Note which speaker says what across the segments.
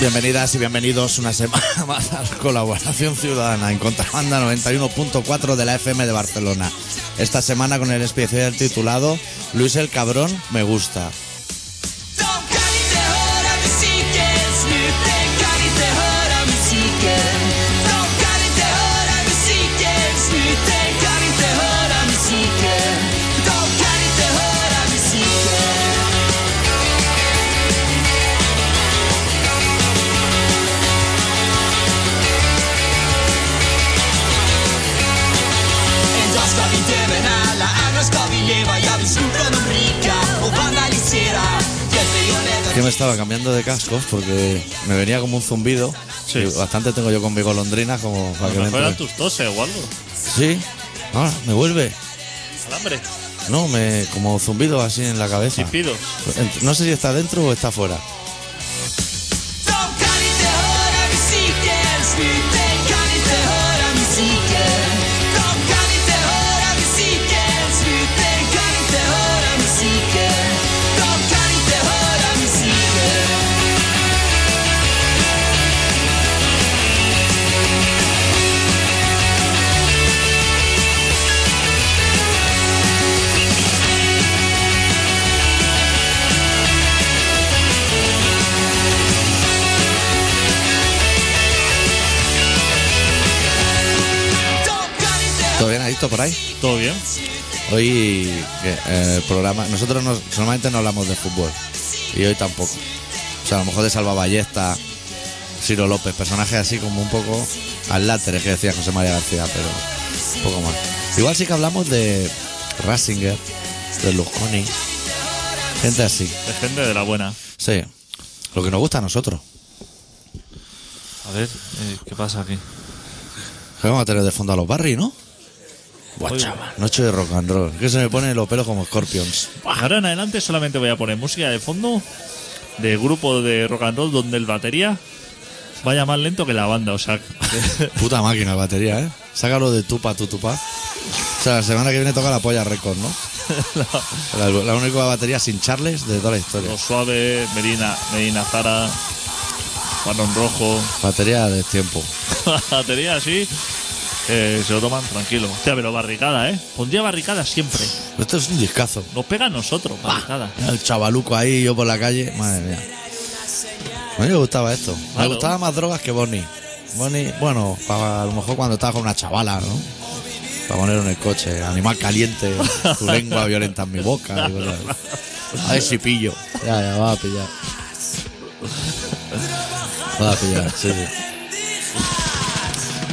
Speaker 1: Bienvenidas y bienvenidos una semana más a la Colaboración Ciudadana en Contrabanda 91.4 de la FM de Barcelona. Esta semana con el especial titulado Luis el Cabrón me gusta.
Speaker 2: De kan inte höra musiken, snuten kan inte höra musiken. De kan inte höra musiken, snuten kan inte höra musiken. De kan inte höra musiken. En dag ska vi dö men alla andra ska vi leva. Jag vill snoka de rika och vandalisera. Hjälper
Speaker 1: Que me estaba cambiando de cascos porque me venía como un zumbido.
Speaker 3: Sí.
Speaker 1: Y Bastante tengo yo con mi golondrina como para
Speaker 3: A
Speaker 1: que
Speaker 3: lo
Speaker 1: me
Speaker 3: mejor eran
Speaker 1: entre.
Speaker 3: tus toses o algo.
Speaker 1: Sí. Ah, me vuelve.
Speaker 3: Alambre,
Speaker 1: No, me como zumbido así en la cabeza.
Speaker 3: chispidos.
Speaker 1: No sé si está dentro o está fuera.
Speaker 2: De kan inte höra musiken, snuten kan inte höra musiken. De kan inte höra musiken, snuten kan inte höra musiken. De kan inte höra musiken. De kan inte höra
Speaker 1: ¿Todo bien, Adicto, por ahí?
Speaker 3: ¿Todo bien?
Speaker 1: Hoy eh, el programa. Nosotros nos- normalmente no hablamos de fútbol. Y hoy tampoco. O sea, a lo mejor de Salva Ballesta, Ciro López, personajes así como un poco al láteres que decía José María García, pero un poco más. Igual sí que hablamos de Rasinger, de Lusconi, gente así.
Speaker 3: Depende de la buena.
Speaker 1: Sí. Lo que nos gusta a nosotros.
Speaker 3: A ver, eh, ¿qué pasa aquí?
Speaker 1: Que Vamos a tener de fondo a los Barry, ¿no? Buah,
Speaker 3: Oye.
Speaker 1: chaval, noche de rock and roll. Que se me ponen los pelos como Scorpions.
Speaker 3: Ahora en adelante solamente voy a poner música de fondo de grupo de rock and roll donde el batería vaya más lento que la banda, o sea. que-
Speaker 1: Puta máquina de batería, ¿eh? Sácalo de tupa tu tupa. O sea, la semana que viene toca la polla récord, ¿no? La, la única batería sin Charles de toda la historia.
Speaker 3: Lo suave, Medina, Medina Zara, Juanón Rojo,
Speaker 1: Batería de tiempo.
Speaker 3: batería así. eh, se lo toman tranquilo. Hostia, pero barricada, ¿eh? Pondría barricada siempre.
Speaker 1: Esto es un discazo.
Speaker 3: Nos pega a nosotros, barricada.
Speaker 1: El chavaluco ahí, yo por la calle. Madre mía. A mí me gustaba esto. Me
Speaker 3: Claro.
Speaker 1: gustaba más drogas que Bonnie. Bonnie, bueno, para- a lo mejor cuando estaba con una chavala, ¿no? Para poner en el coche. Animal caliente, tu lengua violenta en mi boca. y cosas así. A ver si pillo. Ya, ya, va a pillar. Va a pillar, sí, sí.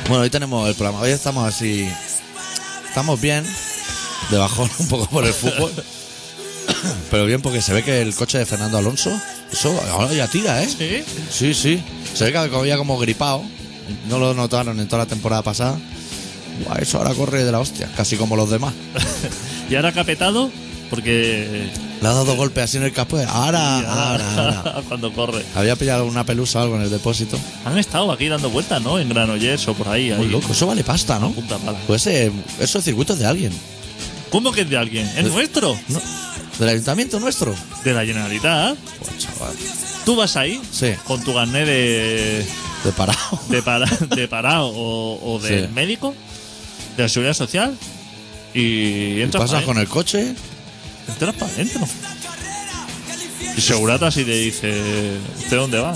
Speaker 1: Bueno, hoy tenemos el programa. Hoy estamos así. Estamos bien. De bajón un poco por el fútbol. Pero bien porque se ve que el coche de Fernando Alonso, eso ahora ya tira, ¿eh?
Speaker 3: ¿Sí?
Speaker 1: Sí, sí. Se ve que había como gripado. No lo notaron en toda la temporada pasada. Buah, eso ahora corre de la hostia, casi como los demás.
Speaker 3: Y ahora capetado, porque.
Speaker 1: Le ha dado dos golpes así en el capó. Ahora, ahora, ahora.
Speaker 3: Ah, cuando corre.
Speaker 1: Había pillado una pelusa o algo en el depósito.
Speaker 3: Han estado aquí dando vueltas, ¿no? En Granollers o por ahí.
Speaker 1: Muy
Speaker 3: ahí.
Speaker 1: loco. Eso vale pasta, ¿no?
Speaker 3: Punta pala.
Speaker 1: Pues eh, esos circuitos de alguien.
Speaker 3: ¿Cómo que es de alguien? ¿Es nuestro?
Speaker 1: Eh, ¿no? Del ayuntamiento nuestro.
Speaker 3: De la Generalitat.
Speaker 1: Buah, chaval.
Speaker 3: Tú vas ahí
Speaker 1: Sí.
Speaker 3: con tu carnet de,
Speaker 1: De parado.
Speaker 3: de, para- de parado o, o del
Speaker 1: Sí.
Speaker 3: médico, de la seguridad social, y entras
Speaker 1: Pasas
Speaker 3: para
Speaker 1: con el coche.
Speaker 3: Entras para adentro. Y segurata si te dice, ¿usted dónde va?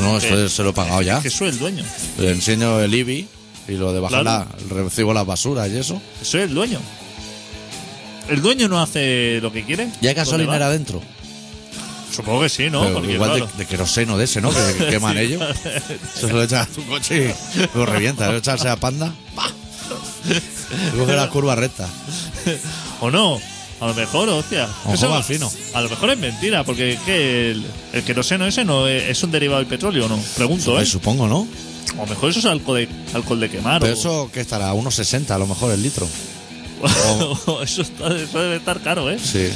Speaker 1: No,
Speaker 3: Que-
Speaker 1: eso se lo he pagado ya.
Speaker 3: Que soy el dueño.
Speaker 1: Le enseño el IBI y lo de bajar
Speaker 3: Claro.
Speaker 1: la- recibo las basuras y eso.
Speaker 3: que Soy el dueño. El dueño no hace lo que quiere.
Speaker 1: ¿Y hay
Speaker 3: ¿Dónde
Speaker 1: gasolinera
Speaker 3: va?
Speaker 1: adentro?
Speaker 3: Supongo que sí, ¿no?
Speaker 1: Pero
Speaker 3: Porque,
Speaker 1: igual de-
Speaker 3: claro,
Speaker 1: de, queroseno de ese, ¿no? Que, que queman ellos. Eso se lo echa a tu coche y lo revienta. Lo echarse a panda. ¡pa! Y Coge las curvas rectas.
Speaker 3: O no. A lo mejor, hostia.
Speaker 1: Ojo,
Speaker 3: Eso-
Speaker 1: va fino.
Speaker 3: A lo mejor es mentira, porque es que el, el queroseno ese no es, es un derivado del petróleo, ¿no? Pregunto, ¿eh?
Speaker 1: Pues supongo, ¿no?
Speaker 3: A lo mejor eso es alcohol de, alcohol de quemar.
Speaker 1: Pero
Speaker 3: o-
Speaker 1: eso que estará a 1,60 a lo mejor el litro.
Speaker 3: o eso, está- eso debe estar caro, ¿eh?
Speaker 1: Sí.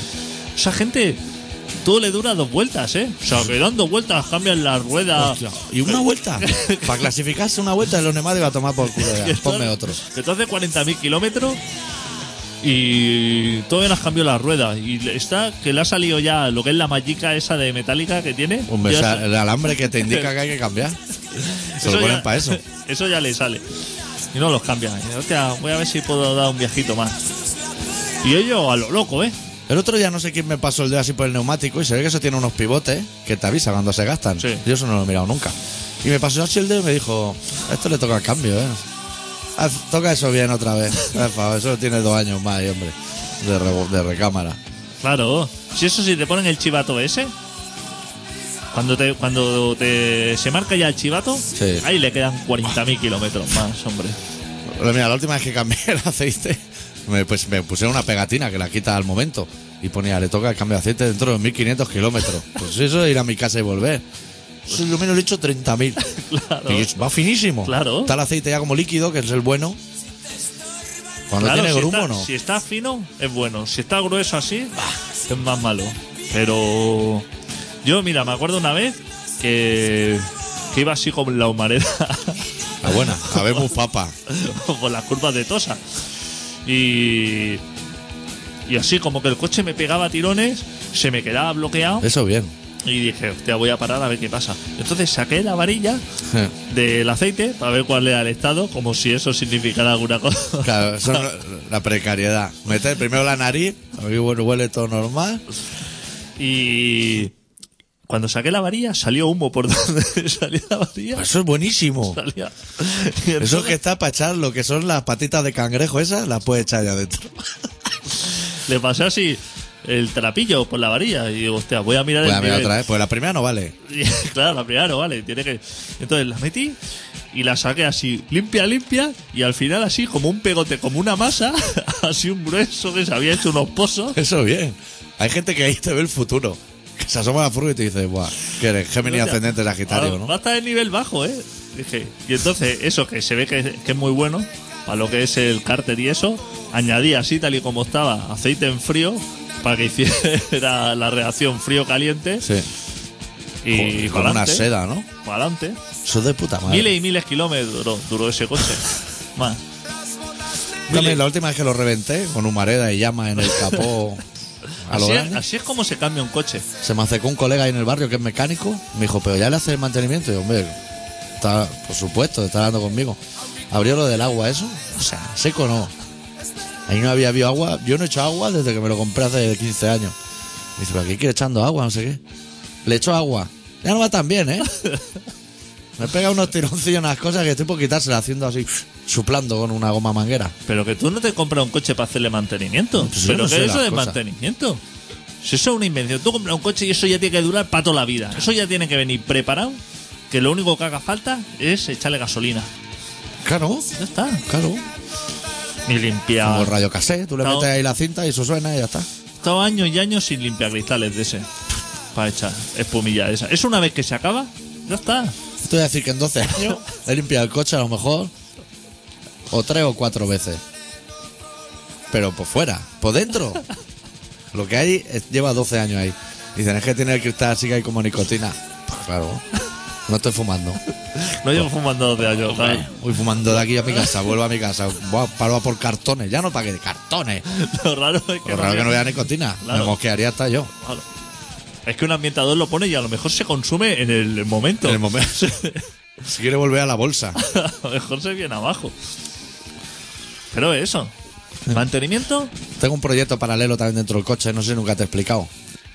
Speaker 3: O sea, gente, todo le dura dos vueltas, ¿eh? O sea, que dan dos vueltas, cambian la rueda.
Speaker 1: Hostia, Y una vuelta. Para clasificarse una vuelta, el Onemar iba a tomar por culo ya. Ponme otro.
Speaker 3: Que tú haces 40.000 kilómetros Y todavía no has cambiado las ruedas. Y le- está que le ha salido ya lo que es la magica esa de metálica que tiene.
Speaker 1: Un besa-
Speaker 3: Ya se-
Speaker 1: el alambre que te indica que hay que cambiar. Se lo
Speaker 3: ya-
Speaker 1: ponen para eso.
Speaker 3: Eso ya le sale. Y no los cambian. Y, hostia, voy a ver si puedo dar un viajito más. Y ellos a lo loco, ¿eh?
Speaker 1: El otro día no sé quién me pasó el dedo así por el neumático y se ve que eso tiene unos pivotes que te avisa cuando se gastan.
Speaker 3: Sí.
Speaker 1: Yo eso no lo he mirado nunca. Y me pasó así el dedo y me dijo, "A esto le toca el cambio, ¿eh? Haz- toca eso bien otra vez. Por favor, eso tiene dos años más, y, hombre, de, re- de recámara.
Speaker 3: Claro. Si eso sí te ponen el chivato ese. Cuando te, cuando te se marca ya el chivato,
Speaker 1: Sí.
Speaker 3: ahí le quedan 40.000 kilómetros más, hombre.
Speaker 1: Pero Pues mira, la última vez que cambié el aceite, me, pues me pusieron una pegatina que la quita al momento. Y ponía, le toca el cambio de aceite dentro de 1500 kilómetros. Pues eso es ir a mi casa y volver. Eso lo menos le he hecho 30.000.
Speaker 3: Claro.
Speaker 1: Y es- va finísimo.
Speaker 3: Claro.
Speaker 1: Está el aceite ya como líquido, que es el bueno. Cuando
Speaker 3: Claro,
Speaker 1: tiene
Speaker 3: si
Speaker 1: grumo,
Speaker 3: está,
Speaker 1: no.
Speaker 3: si está fino, es bueno. Si está grueso así, bah, es más malo. Pero yo, mira, me acuerdo una vez que, que iba así con la humareda
Speaker 1: La buena. Ah, Habemos papa.
Speaker 3: por las curvas de Tosa. Y, y así como que el coche me pegaba tirones, se me quedaba bloqueado
Speaker 1: Eso bien.
Speaker 3: y dije, hostia, voy a parar a ver qué pasa. Entonces saqué la varilla del aceite para ver cuál era el estado, como si eso significara alguna cosa.
Speaker 1: Claro, eso no- la precariedad. Meter primero la nariz, a mí bueno, huele todo normal.
Speaker 3: Y cuando saqué la varilla salió humo por donde salía la varilla.
Speaker 1: Eso es buenísimo.
Speaker 3: salía.
Speaker 1: Eso que está para echar lo que son las patitas de cangrejo esas, las puede echar ya dentro.
Speaker 3: Le pasé así el trapillo por la varilla y digo, hostia, voy a mirar
Speaker 1: Voy a
Speaker 3: el
Speaker 1: mirar
Speaker 3: nivel.
Speaker 1: otra vez, pues la primera no vale.
Speaker 3: Y, claro, la primera no vale, tiene que. Entonces la metí y la saqué así, limpia, limpia, y al final así, como un pegote, como una masa, así un grueso que se había hecho unos pozos.
Speaker 1: Eso bien. Hay gente que ahí te ve el futuro. Que se asoma a la furgo y te dice, buah, que eres Géminis
Speaker 3: Hostia,
Speaker 1: ascendente
Speaker 3: ah,
Speaker 1: Sagitario, ¿no?
Speaker 3: Va a estar en nivel bajo, ¿eh? Dije. Y entonces, eso que se ve que, que es muy bueno, para lo que es el cárter y eso, añadí así, tal y como estaba, aceite en frío, para que hiciera la reacción frío-caliente.
Speaker 1: Sí.
Speaker 3: Y
Speaker 1: Con
Speaker 3: para
Speaker 1: una
Speaker 3: adelante,
Speaker 1: seda, ¿no?
Speaker 3: Para adelante.
Speaker 1: Eso es de puta madre.
Speaker 3: Miles y miles de kilómetros duró ese coche. Más.
Speaker 1: También
Speaker 3: Miles.
Speaker 1: la última vez que lo reventé con humareda y llama en el capó a lo
Speaker 3: Así es,
Speaker 1: grande.
Speaker 3: así es como se cambia un coche.
Speaker 1: Se me acercó un colega ahí en el barrio que es mecánico. Me dijo, pero ya le hace el mantenimiento. Y yo, hombre, está, por supuesto, está hablando conmigo. Abrió lo del agua, eso. O sea, seco no. Ahí no había habido agua. Yo no he hecho agua desde que me lo compré hace 15 años. Me dice, ¿para qué quiere echando agua? No sé qué. Le echo agua. Ya no va tan bien, ¿eh? Me pega unos tironcillos, unas cosas que estoy por quitársela haciendo así, suplando con una goma manguera.
Speaker 3: Pero que tú no te compras un coche para hacerle mantenimiento.
Speaker 1: Pues yo
Speaker 3: Pero
Speaker 1: no
Speaker 3: que
Speaker 1: sé
Speaker 3: eso
Speaker 1: las
Speaker 3: de
Speaker 1: cosas.
Speaker 3: mantenimiento. Si eso es una invención. Tú compras un coche y eso ya tiene que durar para toda la vida. Eso ya tiene que venir preparado. Que lo único que haga falta es echarle gasolina.
Speaker 1: Claro,
Speaker 3: Ya está.
Speaker 1: claro.
Speaker 3: Ni limpiar.
Speaker 1: Como el radio cassette, tú le
Speaker 3: Ah. No.
Speaker 1: metes ahí la cinta y eso suena y ya está.
Speaker 3: He estado años y años sin limpiar cristales de ese. Para echar espumilla de esa. Eso una vez que se acaba, ya está.
Speaker 1: Te voy a decir que en 12 años he limpiado el coche a lo mejor o tres o cuatro veces. Pero por fuera, por dentro. Lo que hay es- lleva 12 años ahí. Dicen, es que tiene el cristal así que hay como nicotina. Pues claro, no estoy fumando.
Speaker 3: No
Speaker 1: Oh.
Speaker 3: llevo fumando de años. claro.
Speaker 1: Voy fumando de aquí a mi casa, vuelvo a mi casa. Voy a- paro a por cartones, ya no pagué de cartones.
Speaker 3: Lo raro es que,
Speaker 1: Lo raro que no
Speaker 3: tiene-
Speaker 1: vea nicotina.
Speaker 3: Claro.
Speaker 1: Me mosquearía hasta yo.
Speaker 3: Claro. Es que un ambientador lo pone y a lo mejor se consume en el momento.
Speaker 1: En el momento. Si quiere volver a la bolsa.
Speaker 3: a lo mejor se viene abajo. Pero eso. Mantenimiento,
Speaker 1: Tengo un proyecto paralelo también dentro del coche, no sé si nunca te he explicado.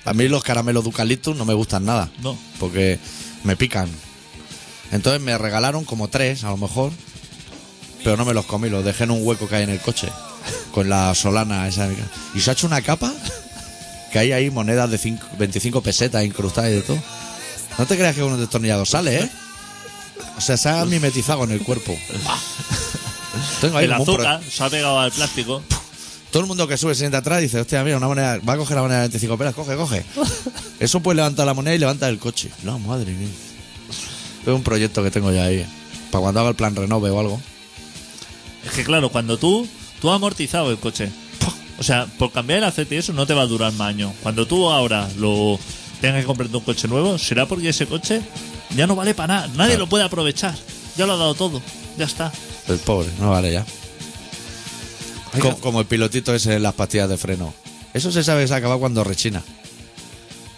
Speaker 1: A mí los caramelos Ducalitus no me gustan nada.
Speaker 3: No.
Speaker 1: Porque me pican. Entonces me regalaron como tres, a lo mejor. Pero no me los comí, los dejé en un hueco que hay en el coche. Con la solana esa. Y se ha hecho una capa que hay ahí monedas de cinco- 25 pesetas incrustadas y de todo. No te creas que con un destornillador sale, ¿eh? O sea, se ha mimetizado en el cuerpo. Tengo ahí
Speaker 3: el
Speaker 1: como un pro-
Speaker 3: azúcar se ha pegado al plástico.
Speaker 1: todo el mundo que sube se sienta atrás y dice, hostia, mira, una moneda, va a coger la moneda de 25 pelas, coge, coge. Eso puede levantar la moneda y levanta el coche. No, madre mía. Es un proyecto que tengo ya ahí. Para cuando haga el plan renove o algo.
Speaker 3: Es que claro, cuando tú, tú has amortizado el coche. O sea, por cambiar el aceite y eso no te va a durar más años. Cuando tú ahora lo tengas que comprarte un coche nuevo, será porque ese coche ya no vale para nada. Nadie
Speaker 1: Claro.
Speaker 3: lo puede aprovechar. Ya lo ha dado todo. Ya está.
Speaker 1: El pobre, no vale ya. Co- Como, el pilotito ese en las pastillas de freno. Eso se sabe que se acaba cuando rechina.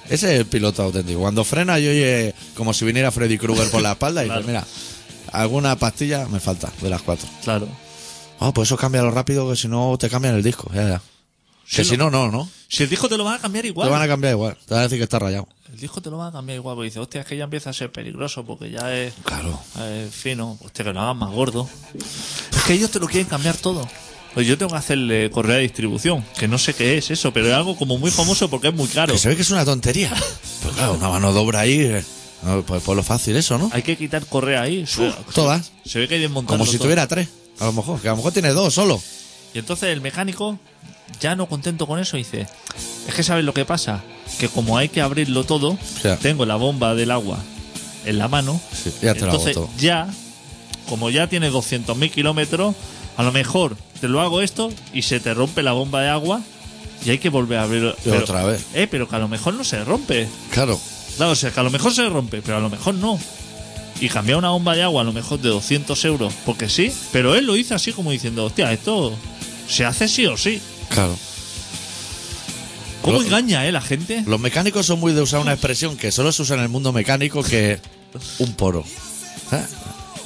Speaker 1: Ese es el piloto auténtico. Cuando frena y oye como si viniera Freddy Krueger por la espalda y
Speaker 3: Claro.
Speaker 1: dice, mira, alguna pastilla me falta de las cuatro.
Speaker 3: Claro.
Speaker 1: Ah, pues eso cámbialo rápido que si no te cambian el disco. Ya, ya. que
Speaker 3: Sí,
Speaker 1: si
Speaker 3: lo-
Speaker 1: no, no, ¿no?
Speaker 3: Si el disco te lo van a cambiar igual.
Speaker 1: Te van a cambiar igual. Te van a decir que está rayado.
Speaker 3: El disco te lo van a cambiar igual. Porque dice, hostia, es que ya empieza a ser peligroso porque ya es.
Speaker 1: Claro.
Speaker 3: eh, fino. Hostia, que lo hagan más gordo. Es que ellos te lo quieren cambiar todo. Pues yo tengo que hacerle correa de distribución, que no sé qué es eso, pero es algo como muy famoso porque es muy caro.
Speaker 1: Que se ve que es una tontería. Pues claro, una mano de obra ahí. eh, no, pues, pues lo fácil eso, ¿no?
Speaker 3: Hay que quitar correa ahí. Se-
Speaker 1: Todas.
Speaker 3: Se ve que hay que desmontarlo
Speaker 1: Como si
Speaker 3: todo.
Speaker 1: tuviera tres. A lo mejor. Que a lo mejor tiene dos solo.
Speaker 3: Y entonces el mecánico, ya no contento con eso, dice, es que sabes lo que pasa, que como hay que abrirlo todo,
Speaker 1: Ya.
Speaker 3: tengo la bomba del agua en la mano,
Speaker 1: Sí, ya te lo hago
Speaker 3: entonces
Speaker 1: todo.
Speaker 3: ya, como ya tienes 200.000 kilómetros, a lo mejor te lo hago esto y se te rompe la bomba de agua y hay que volver a abrirlo.
Speaker 1: otra vez.
Speaker 3: Eh, pero que a lo mejor no se rompe.
Speaker 1: Claro.
Speaker 3: Claro, o sea, que a lo mejor se rompe, pero a lo mejor no. Y cambiar una bomba de agua a lo mejor de 200 euros, porque sí, pero él lo hizo así como diciendo, hostia, esto se hace sí o sí.
Speaker 1: Claro.
Speaker 3: ¿Cómo
Speaker 1: Lo-
Speaker 3: engaña, eh, la gente?
Speaker 1: Los mecánicos son muy de usar una expresión que solo se usa en el mundo mecánico que es un poro. ¿Sabes?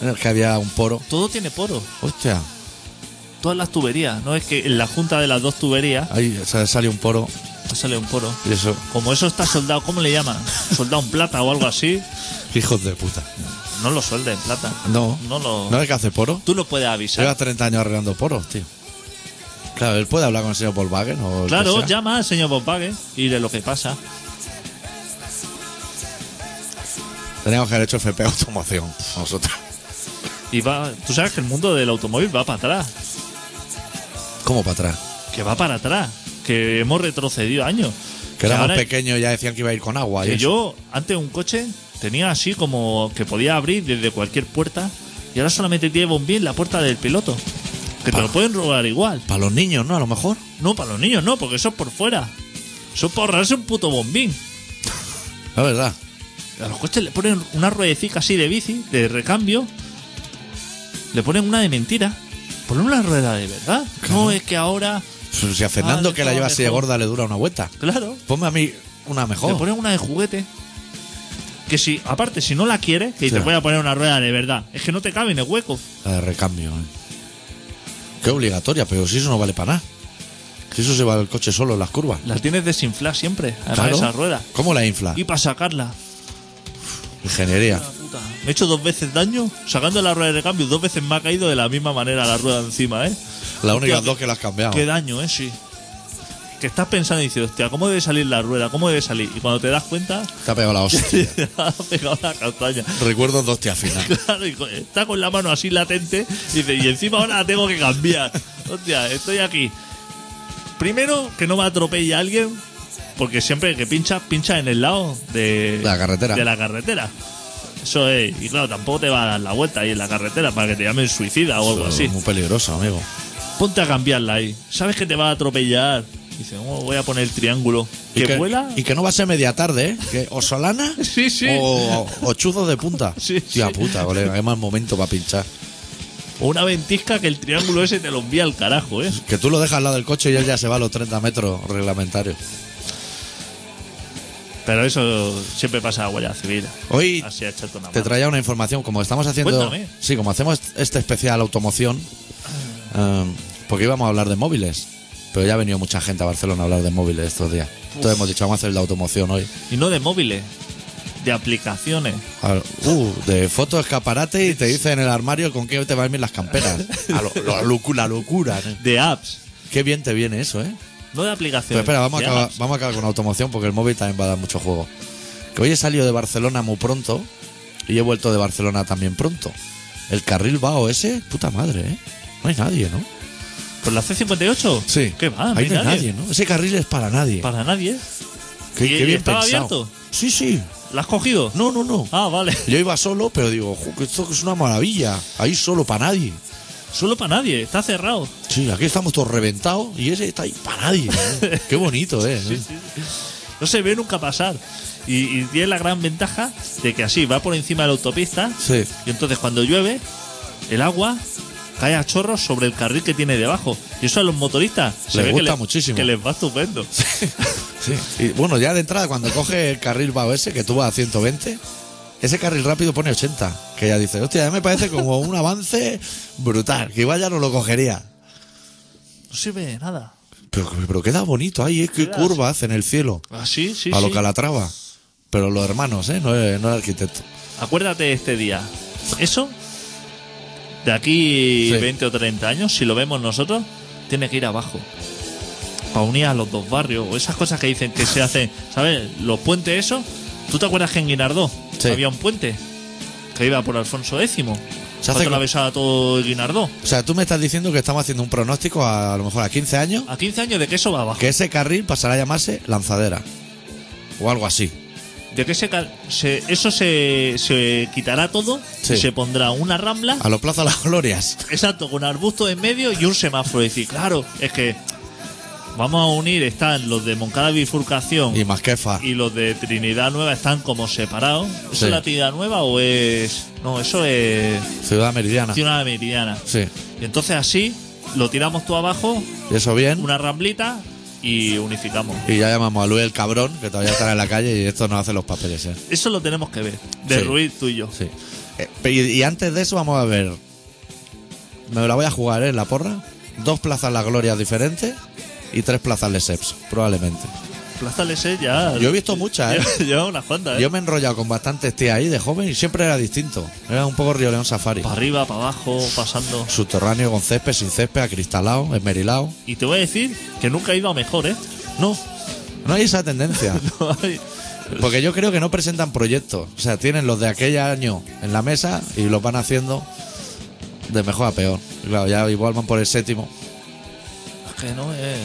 Speaker 1: En el que había un poro.
Speaker 3: Todo tiene poro,
Speaker 1: Hostia,
Speaker 3: todas las tuberías, ¿no? Es que en la junta de las dos tuberías
Speaker 1: ahí se- sale un poro
Speaker 3: sale un poro.
Speaker 1: y eso.
Speaker 3: Como eso está soldado, ¿cómo le llaman? Soldado en plata o algo así,
Speaker 1: Hijos de puta.
Speaker 3: no lo solde en plata.
Speaker 1: No.
Speaker 3: No lo...
Speaker 1: ¿No es que hace poro?
Speaker 3: Tú lo puedes avisar.
Speaker 1: Llevas 30 años arreglando poros, tío. Claro, él puede hablar con el señor Volkswagen o. el que
Speaker 3: Claro,
Speaker 1: sea.
Speaker 3: llama al señor Volkswagen y de lo que pasa.
Speaker 1: Teníamos que haber hecho FP Automoción nosotros.
Speaker 3: Y va, tú sabes que el mundo del automóvil va para atrás.
Speaker 1: ¿Cómo para atrás?
Speaker 3: que va para atrás, que hemos retrocedido años.
Speaker 1: Que
Speaker 3: O sea,
Speaker 1: éramos
Speaker 3: ahora,
Speaker 1: pequeños y ya decían que iba a ir con agua. y
Speaker 3: que
Speaker 1: eso.
Speaker 3: yo antes un coche tenía así como que podía abrir desde cualquier puerta y ahora solamente tiene bombín en la puerta del piloto. Que
Speaker 1: Ah.
Speaker 3: te lo pueden robar igual.
Speaker 1: Para los niños, ¿no? A lo mejor.
Speaker 3: No, para los niños no, porque eso es por fuera. Eso es para ahorrarse un puto bombín.
Speaker 1: La verdad.
Speaker 3: A los coches le ponen una ruedecica así de bici, de recambio. Le ponen una de mentira. Ponen una rueda de verdad. No es que ahora.
Speaker 1: Pues Si a Fernando,
Speaker 3: Ah,
Speaker 1: que la lleva así de
Speaker 3: mejor.
Speaker 1: gorda, le dura una vuelta.
Speaker 3: Claro.
Speaker 1: Ponme a mí una
Speaker 3: Te
Speaker 1: mejor.
Speaker 3: ponen una de juguete. Que si, aparte, si no la quieres, que
Speaker 1: Sí.
Speaker 3: te voy a poner una rueda de verdad. Es que no te cabe en el hueco.
Speaker 1: La de recambio. ¿eh? Qué obligatoria, pero si eso no vale para nada. Si eso se va el coche solo en las curvas.
Speaker 3: La tienes desinflar siempre, además
Speaker 1: Claro.
Speaker 3: esa rueda.
Speaker 1: ¿Cómo la infla?
Speaker 3: Y para sacarla.
Speaker 1: Ingeniería.
Speaker 3: la puta, Me he hecho dos veces daño sacando la rueda de cambio. Dos veces me ha caído de la misma manera la rueda encima, ¿eh?
Speaker 1: Las únicas
Speaker 3: qué-
Speaker 1: dos que las has cambiado.
Speaker 3: Qué daño, ¿eh? Sí. Que estás pensando y dices, hostia, ¿cómo debe salir la rueda? ¿Cómo debe salir? Y cuando te das cuenta,
Speaker 1: Te ha pegado la hostia.
Speaker 3: te has pegado la castaña.
Speaker 1: Recuerdo dos tías finas.
Speaker 3: Claro, y co- está con la mano así latente y dice, y encima ahora la tengo que cambiar. Hostia, estoy aquí. Primero, que no me atropelle alguien, porque siempre que pinchas, pinchas en el lado de
Speaker 1: La carretera.
Speaker 3: De la carretera. Eso es, y claro, tampoco te va a dar la vuelta ahí en la carretera para que te llamen suicida o algo así.
Speaker 1: Muy peligroso, amigo.
Speaker 3: Ponte a cambiarla ahí. Sabes que te va a atropellar. Dice, "Oh, voy a poner el triángulo.
Speaker 1: Y
Speaker 3: ¿Que, vuela?
Speaker 1: y que no va a ser media tarde, ¿eh? Que o solana
Speaker 3: Sí, sí.
Speaker 1: O, o chuzos de punta.
Speaker 3: Sí,
Speaker 1: Tía
Speaker 3: sí.
Speaker 1: puta, colega. Qué mal momento para pinchar.
Speaker 3: O una ventisca que el triángulo ese te lo envía al carajo, ¿eh?
Speaker 1: Que tú lo dejas al lado del coche y él ya se va a los 30 metros reglamentarios.
Speaker 3: Pero eso siempre pasa a Guardia Civil.
Speaker 1: Hoy
Speaker 3: Así ha echado una
Speaker 1: Te
Speaker 3: mano.
Speaker 1: traía una información, como estamos haciendo.
Speaker 3: Ah, Cuéntame.
Speaker 1: Sí, como hacemos este especial automoción,
Speaker 3: Ah.
Speaker 1: eh, porque íbamos a hablar de móviles, pero ya ha venido mucha gente a Barcelona a hablar de móviles estos días. Entonces hemos dicho, vamos a hacer el de automoción hoy.
Speaker 3: Y no de móviles, de aplicaciones.
Speaker 1: A ver, uh, de foto escaparate y te dice en el armario con qué te van a ir las camperas. A lo- lo- locu- la locura. ¿no?
Speaker 3: De apps,
Speaker 1: Qué bien te viene eso, ¿eh?
Speaker 3: no de aplicaciones.
Speaker 1: Pero espera, vamos a,
Speaker 3: de
Speaker 1: acabar,
Speaker 3: apps.
Speaker 1: vamos a acabar con automoción porque el móvil también va a dar mucho juego. Que hoy he salido de Barcelona muy pronto y he vuelto de Barcelona también pronto. El carril vaho ese, puta madre, ¿eh? No hay nadie, ¿no?
Speaker 3: ¿Por la C58? ¿Qué va? No
Speaker 1: Ahí
Speaker 3: hay
Speaker 1: no hay
Speaker 3: nadie.
Speaker 1: nadie, ¿no? Ese carril es para nadie.
Speaker 3: Para nadie.
Speaker 1: Qué,
Speaker 3: ¿Y-
Speaker 1: qué
Speaker 3: y
Speaker 1: bien
Speaker 3: estaba
Speaker 1: pensado.
Speaker 3: abierto?
Speaker 1: Sí, sí.
Speaker 3: ¿La has cogido?
Speaker 1: No, no, no.
Speaker 3: Ah, vale.
Speaker 1: Yo iba solo, pero digo, "Jo, que esto es una maravilla. Ahí solo para nadie.
Speaker 3: Solo para nadie, está cerrado.
Speaker 1: Sí, aquí estamos todos reventados y ese está ahí para nadie. ¿eh? Qué bonito, ¿eh?
Speaker 3: No se ve nunca pasar. Y, y tiene la gran ventaja de que así va por encima de la autopista.
Speaker 1: Sí.
Speaker 3: Y entonces cuando llueve, el agua cae a chorros sobre el carril que tiene debajo. Y eso a los motoristas se
Speaker 1: Les
Speaker 3: ve
Speaker 1: gusta
Speaker 3: que
Speaker 1: muchísimo.
Speaker 3: Que les va estupendo.
Speaker 1: Sí. Y bueno, ya de entrada, cuando coge el carril vago ese, que tú vas a 120, ese carril rápido pone 80. Que ya dice, hostia, ya me parece como un avance brutal. Que igual ya no lo cogería.
Speaker 3: No sirve de nada.
Speaker 1: Pero, pero queda bonito ahí, es que
Speaker 3: Queda-
Speaker 1: curva hace en el cielo.
Speaker 3: Ah, sí, sí,
Speaker 1: a lo
Speaker 3: sí.
Speaker 1: Calatrava. Pero los hermanos, ¿eh? No, el- no el arquitecto.
Speaker 3: Acuérdate de este día. Eso, de aquí
Speaker 1: Sí.
Speaker 3: 20 o 30 años, si lo vemos nosotros, tiene que ir abajo. Para unir a los dos barrios. O esas cosas que dicen que se hacen. ¿Sabes? Los puentes, eso. ¿Tú te acuerdas que en Guinardó
Speaker 1: Sí.
Speaker 3: había un puente? Que iba por Alfonso X.
Speaker 1: Se hace
Speaker 3: ¿Cuánto
Speaker 1: con-
Speaker 3: la besaba todo el Guinardó?
Speaker 1: O sea, tú me estás diciendo que estamos haciendo un pronóstico a, a lo mejor a 15 años
Speaker 3: A 15 años de que eso va abajo.
Speaker 1: que ese carril pasará a llamarse lanzadera. O algo así.
Speaker 3: De que se, ca- se- eso se, se quitará todo
Speaker 1: Sí.
Speaker 3: y se pondrá una rambla
Speaker 1: A los Plaza Las Glorias.
Speaker 3: Exacto, con arbustos en medio y un semáforo. Y decir, claro, es que vamos a unir, están los de Moncada Bifurcación
Speaker 1: Y
Speaker 3: y,
Speaker 1: más quefa.
Speaker 3: los de Trinidad Nueva están como separados. ¿Eso
Speaker 1: Sí. Ah.
Speaker 3: es la Trinidad Nueva o es.? No, eso es
Speaker 1: Ciudad Meridiana.
Speaker 3: Ciudad Meridiana.
Speaker 1: Sí.
Speaker 3: Y entonces así lo tiramos todo abajo,
Speaker 1: Y eso bien.
Speaker 3: una ramblita y unificamos.
Speaker 1: Y ya llamamos a Luis el cabrón, que todavía estará en la calle y esto nos hace los papeles, ¿eh?
Speaker 3: Eso lo tenemos que ver, derruir tú y yo.
Speaker 1: Sí. Eh, pe- y, y antes de eso vamos a ver. Me la voy a jugar, ¿eh? La porra. Dos plazas las glorias diferentes y tres plazas Lesseps, probablemente.
Speaker 3: Plaza Lesé ya.
Speaker 1: Yo he visto muchas, ¿eh?
Speaker 3: Lleva- Lleva unas cuantas, ¿eh?
Speaker 1: Yo me he enrollado con bastantes tías ahí de joven y siempre era distinto. Era un poco Río León Safari.
Speaker 3: Para arriba, para abajo, pasando.
Speaker 1: Subterráneo con césped, sin césped, acristalado, esmerilado.
Speaker 3: Y te voy a decir que nunca he ido a mejor, ¿eh?
Speaker 1: No, no hay esa tendencia.
Speaker 3: No hay-
Speaker 1: Porque yo creo que no presentan proyectos. O sea, tienen los de aquel año en la mesa y los van haciendo de mejor a peor. Y Claro, ya igual van por el séptimo.
Speaker 3: Es que no es.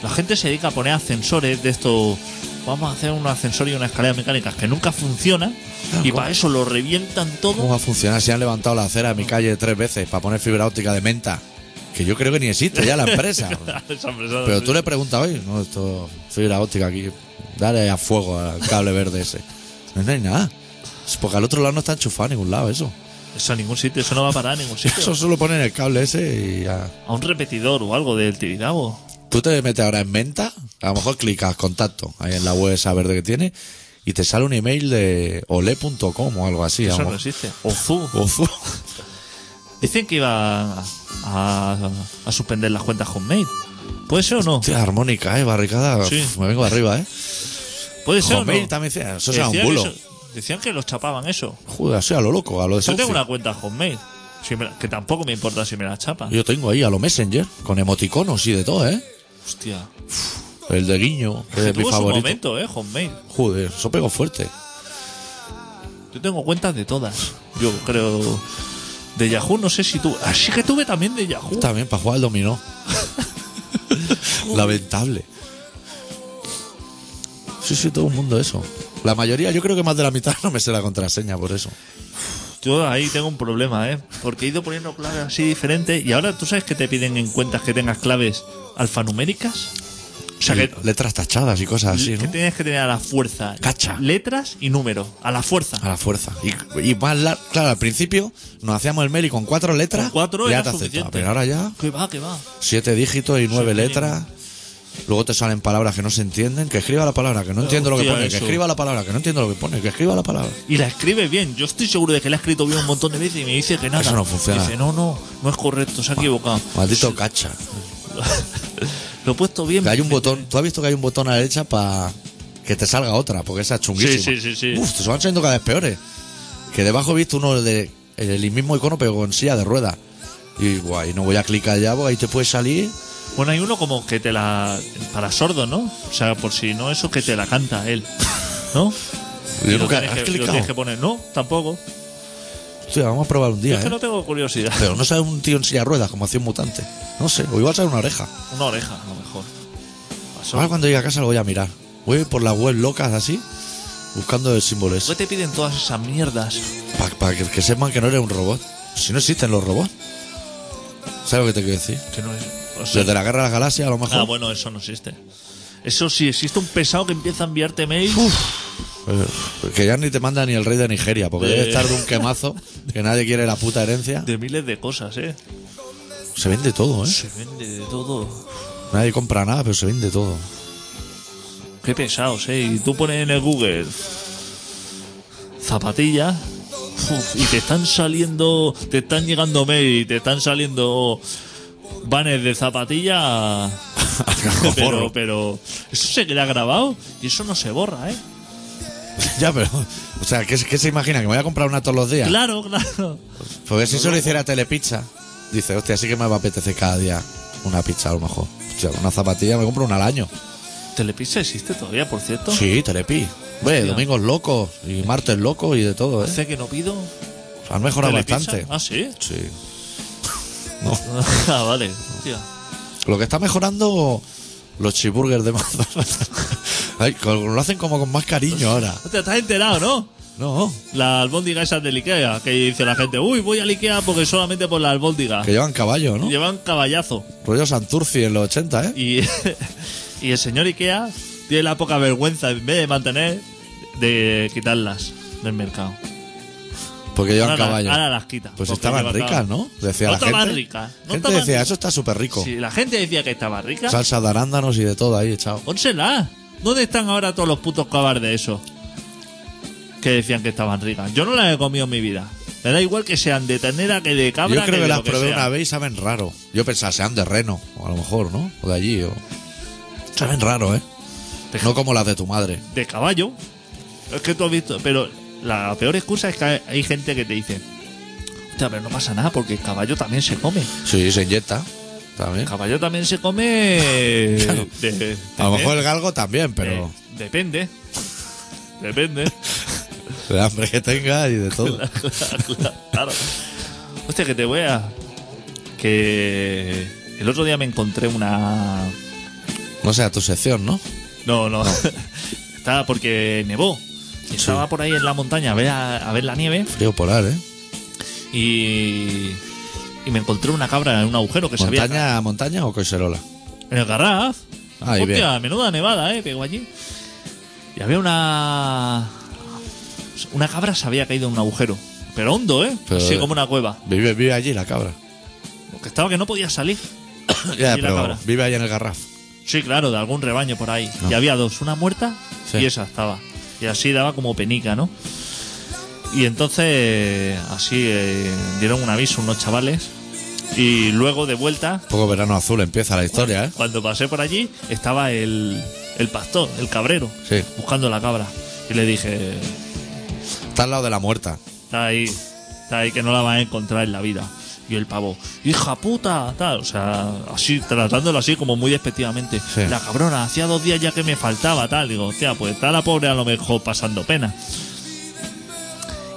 Speaker 3: La gente se dedica a poner ascensores de estos. Vamos a hacer un ascensor y una escalera mecánicas que nunca funcionan.
Speaker 1: Ah,
Speaker 3: Y para eso lo revientan
Speaker 1: ¿Cómo
Speaker 3: todo.
Speaker 1: va a funcionar si han levantado la acera de mi calle tres veces para poner fibra óptica de menta? Que yo creo que ni existe ya la empresa.
Speaker 3: Esa empresa-
Speaker 1: Pero tú le preguntas hoy, no, esto fibra óptica aquí, dale a fuego al cable verde ese. No, no hay nada. Es Porque al otro lado no está enchufado a ningún lado eso.
Speaker 3: Eso a ningún sitio, eso no va a parar a ningún
Speaker 1: Eso
Speaker 3: sitio.
Speaker 1: solo ponen el cable ese y ya.
Speaker 3: A un repetidor o algo del Tibidabo.
Speaker 1: Tú te metes ahora en menta, a lo mejor clicas contacto ahí en la web esa verde que tiene y te sale un email de ole.com o algo así. a
Speaker 3: Eso
Speaker 1: lo
Speaker 3: no
Speaker 1: mejor.
Speaker 3: existe. Ozu.
Speaker 1: Ozu.
Speaker 3: Dicen que iba a, a- a suspender las cuentas con mail. ¿Puede ser o no?
Speaker 1: Hostia, armónica, eh, barricada.
Speaker 3: Sí.
Speaker 1: Me vengo arriba, eh.
Speaker 3: ¿Puede ser o no?
Speaker 1: Hotmail también decía, eso era un
Speaker 3: Decían
Speaker 1: bulo.
Speaker 3: que eso- Decían que los chapaban eso.
Speaker 1: Joder, así a lo loco, a lo de
Speaker 3: Yo tengo
Speaker 1: selfie.
Speaker 3: una cuenta Hotmail, si me la- que tampoco me importa si me la chapan.
Speaker 1: Yo tengo ahí a lo Messenger, con emoticonos y de todo, eh.
Speaker 3: Hostia.
Speaker 1: El de guiño, que
Speaker 3: Que
Speaker 1: es mi
Speaker 3: tuvo su
Speaker 1: favorito.
Speaker 3: momento, eh, Hotmail.
Speaker 1: Joder, eso pegó fuerte.
Speaker 3: Yo tengo cuentas de todas. Yo creo. De Yahoo, no sé si tú. Así que tuve también de Yahoo.
Speaker 1: También para jugar al dominó. Lamentable. Sí, sí, todo el mundo eso. La mayoría, yo creo que más de la mitad no me sé la contraseña por eso.
Speaker 3: Yo ahí tengo un problema, ¿eh? Porque he ido poniendo claves así diferentes. Y ahora tú sabes que te piden en cuentas que tengas claves alfanuméricas. O sea que,
Speaker 1: Y letras tachadas y cosas así,
Speaker 3: que
Speaker 1: ah, ¿no?
Speaker 3: tienes que tener a la fuerza
Speaker 1: Cacha.
Speaker 3: letras y números. A la fuerza.
Speaker 1: A la fuerza. Y, y más lar- claro, al principio nos hacíamos el mail y con cuatro letras
Speaker 3: Con cuatro
Speaker 1: ya
Speaker 3: era
Speaker 1: te aceptaba.
Speaker 3: suficiente.
Speaker 1: Pero ahora ya,
Speaker 3: Que va, que va.
Speaker 1: siete dígitos y nueve
Speaker 3: mínimo.
Speaker 1: letras. Luego te salen palabras que no se entienden. Que escriba la palabra, que no entiendo lo que
Speaker 3: hostia,
Speaker 1: pone. Que
Speaker 3: eso.
Speaker 1: escriba la palabra, que no entiendo lo que pone. Que escriba la palabra.
Speaker 3: Y la escribe bien. Yo estoy seguro de que la ha escrito bien un montón de veces y me dice que nada.
Speaker 1: Eso no funciona.
Speaker 3: Dice, no, no, no es correcto, se ha equivocado.
Speaker 1: Maldito cacha.
Speaker 3: Lo he puesto bien.
Speaker 1: Que hay un
Speaker 3: Me-
Speaker 1: botón, tú has visto que hay un botón a la derecha para que te salga otra, porque esa es chunguísima.
Speaker 3: Sí, sí, sí, sí.
Speaker 1: Uf, te se van saliendo cada vez peores. Que debajo he visto uno de el mismo icono, pero con silla de rueda. Y guay, no voy a clicar ya, porque ahí te puede salir.
Speaker 3: Bueno, hay uno como que te la. para sordo, ¿no? O sea, por si no, eso que te la canta él. ¿No?
Speaker 1: Yo
Speaker 3: Y lo
Speaker 1: nunca-
Speaker 3: tienes
Speaker 1: ¿has
Speaker 3: que- lo
Speaker 1: clicado?
Speaker 3: tienes que poner. No, tampoco.
Speaker 1: Hostia, vamos a probar un
Speaker 3: Yo
Speaker 1: día,
Speaker 3: es que
Speaker 1: ¿eh?
Speaker 3: no tengo curiosidad.
Speaker 1: Pero no sale un tío en silla de ruedas como hacía un mutante. No sé, o igual sale una oreja.
Speaker 3: Una oreja, a lo mejor. Pasó.
Speaker 1: Ahora cuando llegue a casa lo voy a mirar. Voy a ir por las web locas así, buscando el símbolo
Speaker 3: ¿Por qué te piden todas esas mierdas?
Speaker 1: Para que, que sepan que no eres un robot. Si no existen los robots. ¿Sabes lo que te quiero decir?
Speaker 3: Que no es. o sea,
Speaker 1: Desde la guerra de las galaxias, a lo mejor.
Speaker 3: ah, bueno, eso no existe. Eso sí, existe un pesado que empieza a enviarte mails.
Speaker 1: Eh, Que ya ni te manda ni el rey de Nigeria, porque
Speaker 3: De-
Speaker 1: debe estar de un quemazo que nadie quiere la puta herencia.
Speaker 3: de miles de cosas, ¿eh?
Speaker 1: Se vende todo, ¿eh?
Speaker 3: Se vende de todo.
Speaker 1: Nadie compra nada, pero se vende todo.
Speaker 3: Qué pesados, ¿eh? Y tú pones en el Google zapatillas uf, y te están saliendo, te están llegando mail y te están saliendo banners de zapatillas. pero,
Speaker 1: Forro.
Speaker 3: pero eso se queda grabado y eso no se borra, ¿eh?
Speaker 1: ya, pero. O sea, ¿qué, qué se imagina? ¿Que me voy a comprar una todos los días?
Speaker 3: Claro, claro.
Speaker 1: Porque si solo hiciera telepizza, dice, hostia, sí que me va a apetecer cada día una pizza a lo mejor. Hostia, una zapatilla me compro una al año.
Speaker 3: Telepizza existe todavía, por cierto.
Speaker 1: Sí, telepi. Ve,
Speaker 3: Hostia.
Speaker 1: domingos locos y martes locos y de todo, ¿eh?
Speaker 3: Hace que no pido.
Speaker 1: Han mejorado
Speaker 3: telepizza.
Speaker 1: bastante.
Speaker 3: Ah, sí.
Speaker 1: Sí.
Speaker 3: ah, vale. Hostia.
Speaker 1: Lo que está mejorando los cheeseburgers de McDonald's. Ay, con- lo hacen como con más cariño ahora.
Speaker 3: No te estás enterado, ¿no?
Speaker 1: No,
Speaker 3: Las albóndigas esas del Ikea, que dice la gente, uy, voy al Ikea porque solamente por las albóndigas.
Speaker 1: que llevan caballo, ¿no?
Speaker 3: Llevan caballazo.
Speaker 1: Rollo Santurci en los 80, ¿eh?
Speaker 3: Y, y el señor Ikea tiene la poca vergüenza, en vez de mantener, de quitarlas del mercado.
Speaker 1: Porque llevan
Speaker 3: Ahora,
Speaker 1: caballo.
Speaker 3: ahora las quita.
Speaker 1: pues
Speaker 3: porque
Speaker 1: estaban
Speaker 3: lleva
Speaker 1: ricas,
Speaker 3: caballo.
Speaker 1: ¿no? Decía
Speaker 3: No
Speaker 1: la gente.
Speaker 3: estaban ricas, no
Speaker 1: gente
Speaker 3: estaban
Speaker 1: decía,
Speaker 3: ricas.
Speaker 1: eso está súper rico.
Speaker 3: Si la gente decía que estaba rica,
Speaker 1: Salsa de arándanos y de todo ahí echado.
Speaker 3: pónsela. ¿Dónde están ahora todos los putos cobardes esos? Que decían que estaban ricas. Yo no las he comido en mi vida. Me da igual que sean de ternera que de cabra.
Speaker 1: Yo creo
Speaker 3: de
Speaker 1: que las
Speaker 3: lo que
Speaker 1: probé
Speaker 3: sea.
Speaker 1: una vez y saben raro. Yo pensaba, sean de Reno, o a lo mejor, ¿no? O de allí, o... Saben raro, ¿eh?
Speaker 3: Te-
Speaker 1: No como las de tu madre.
Speaker 3: de caballo. Es que tú has visto, pero la peor excusa es que hay, hay gente que te dice, "Hostia, pero no pasa nada porque el caballo también se come.
Speaker 1: Sí, se inyecta
Speaker 3: El
Speaker 1: también.
Speaker 3: caballo también se come...
Speaker 1: Claro.
Speaker 3: de-
Speaker 1: A lo
Speaker 3: de-
Speaker 1: mejor el galgo también,
Speaker 3: de-
Speaker 1: pero
Speaker 3: depende. Depende.
Speaker 1: el hambre que tenga y de todo.
Speaker 3: claro. Hostia, que te veas. Que el otro día me encontré una...
Speaker 1: No sea tu sección, ¿no?
Speaker 3: No, no. estaba porque nevó. Y Estaba por ahí en la montaña a ver, a- a ver la nieve.
Speaker 1: Frío polar, ¿eh?
Speaker 3: y, y me encontré una cabra en un agujero que se había
Speaker 1: ¿Montaña, montaña o coiserola?
Speaker 3: en el garraf.
Speaker 1: Ahí
Speaker 3: Hostia, menuda nevada, eh, pegó allí. Y había una una cabra se había caído en un agujero, pero hondo, eh,
Speaker 1: Pero-
Speaker 3: así como una cueva,
Speaker 1: Vive, vive allí la cabra.
Speaker 3: que estaba que no podía salir.
Speaker 1: ya,
Speaker 3: Y la
Speaker 1: pero
Speaker 3: cabra.
Speaker 1: vive allí en el garraf.
Speaker 3: Sí, claro, de algún rebaño por ahí.
Speaker 1: No.
Speaker 3: Y había dos, una muerta
Speaker 1: Ah. Sí.
Speaker 3: y esa estaba. Y así daba como penica, ¿no? Y entonces así eh, dieron un aviso unos chavales y luego de vuelta
Speaker 1: Poco verano azul empieza la historia, ¿eh?
Speaker 3: Cuando pasé por allí estaba el, el pastor, el cabrero,
Speaker 1: Sí.
Speaker 3: buscando la cabra. Y le dije,
Speaker 1: Está al lado de la muerta.
Speaker 3: está ahí, está ahí que no la vas a encontrar en la vida. Y el pavo, hija puta, tal, o sea, así, tratándolo así como muy despectivamente.
Speaker 1: Sí.
Speaker 3: La cabrona, hacía dos días ya que me faltaba, tal. Digo, hostia, pues está la pobre a lo mejor pasando pena.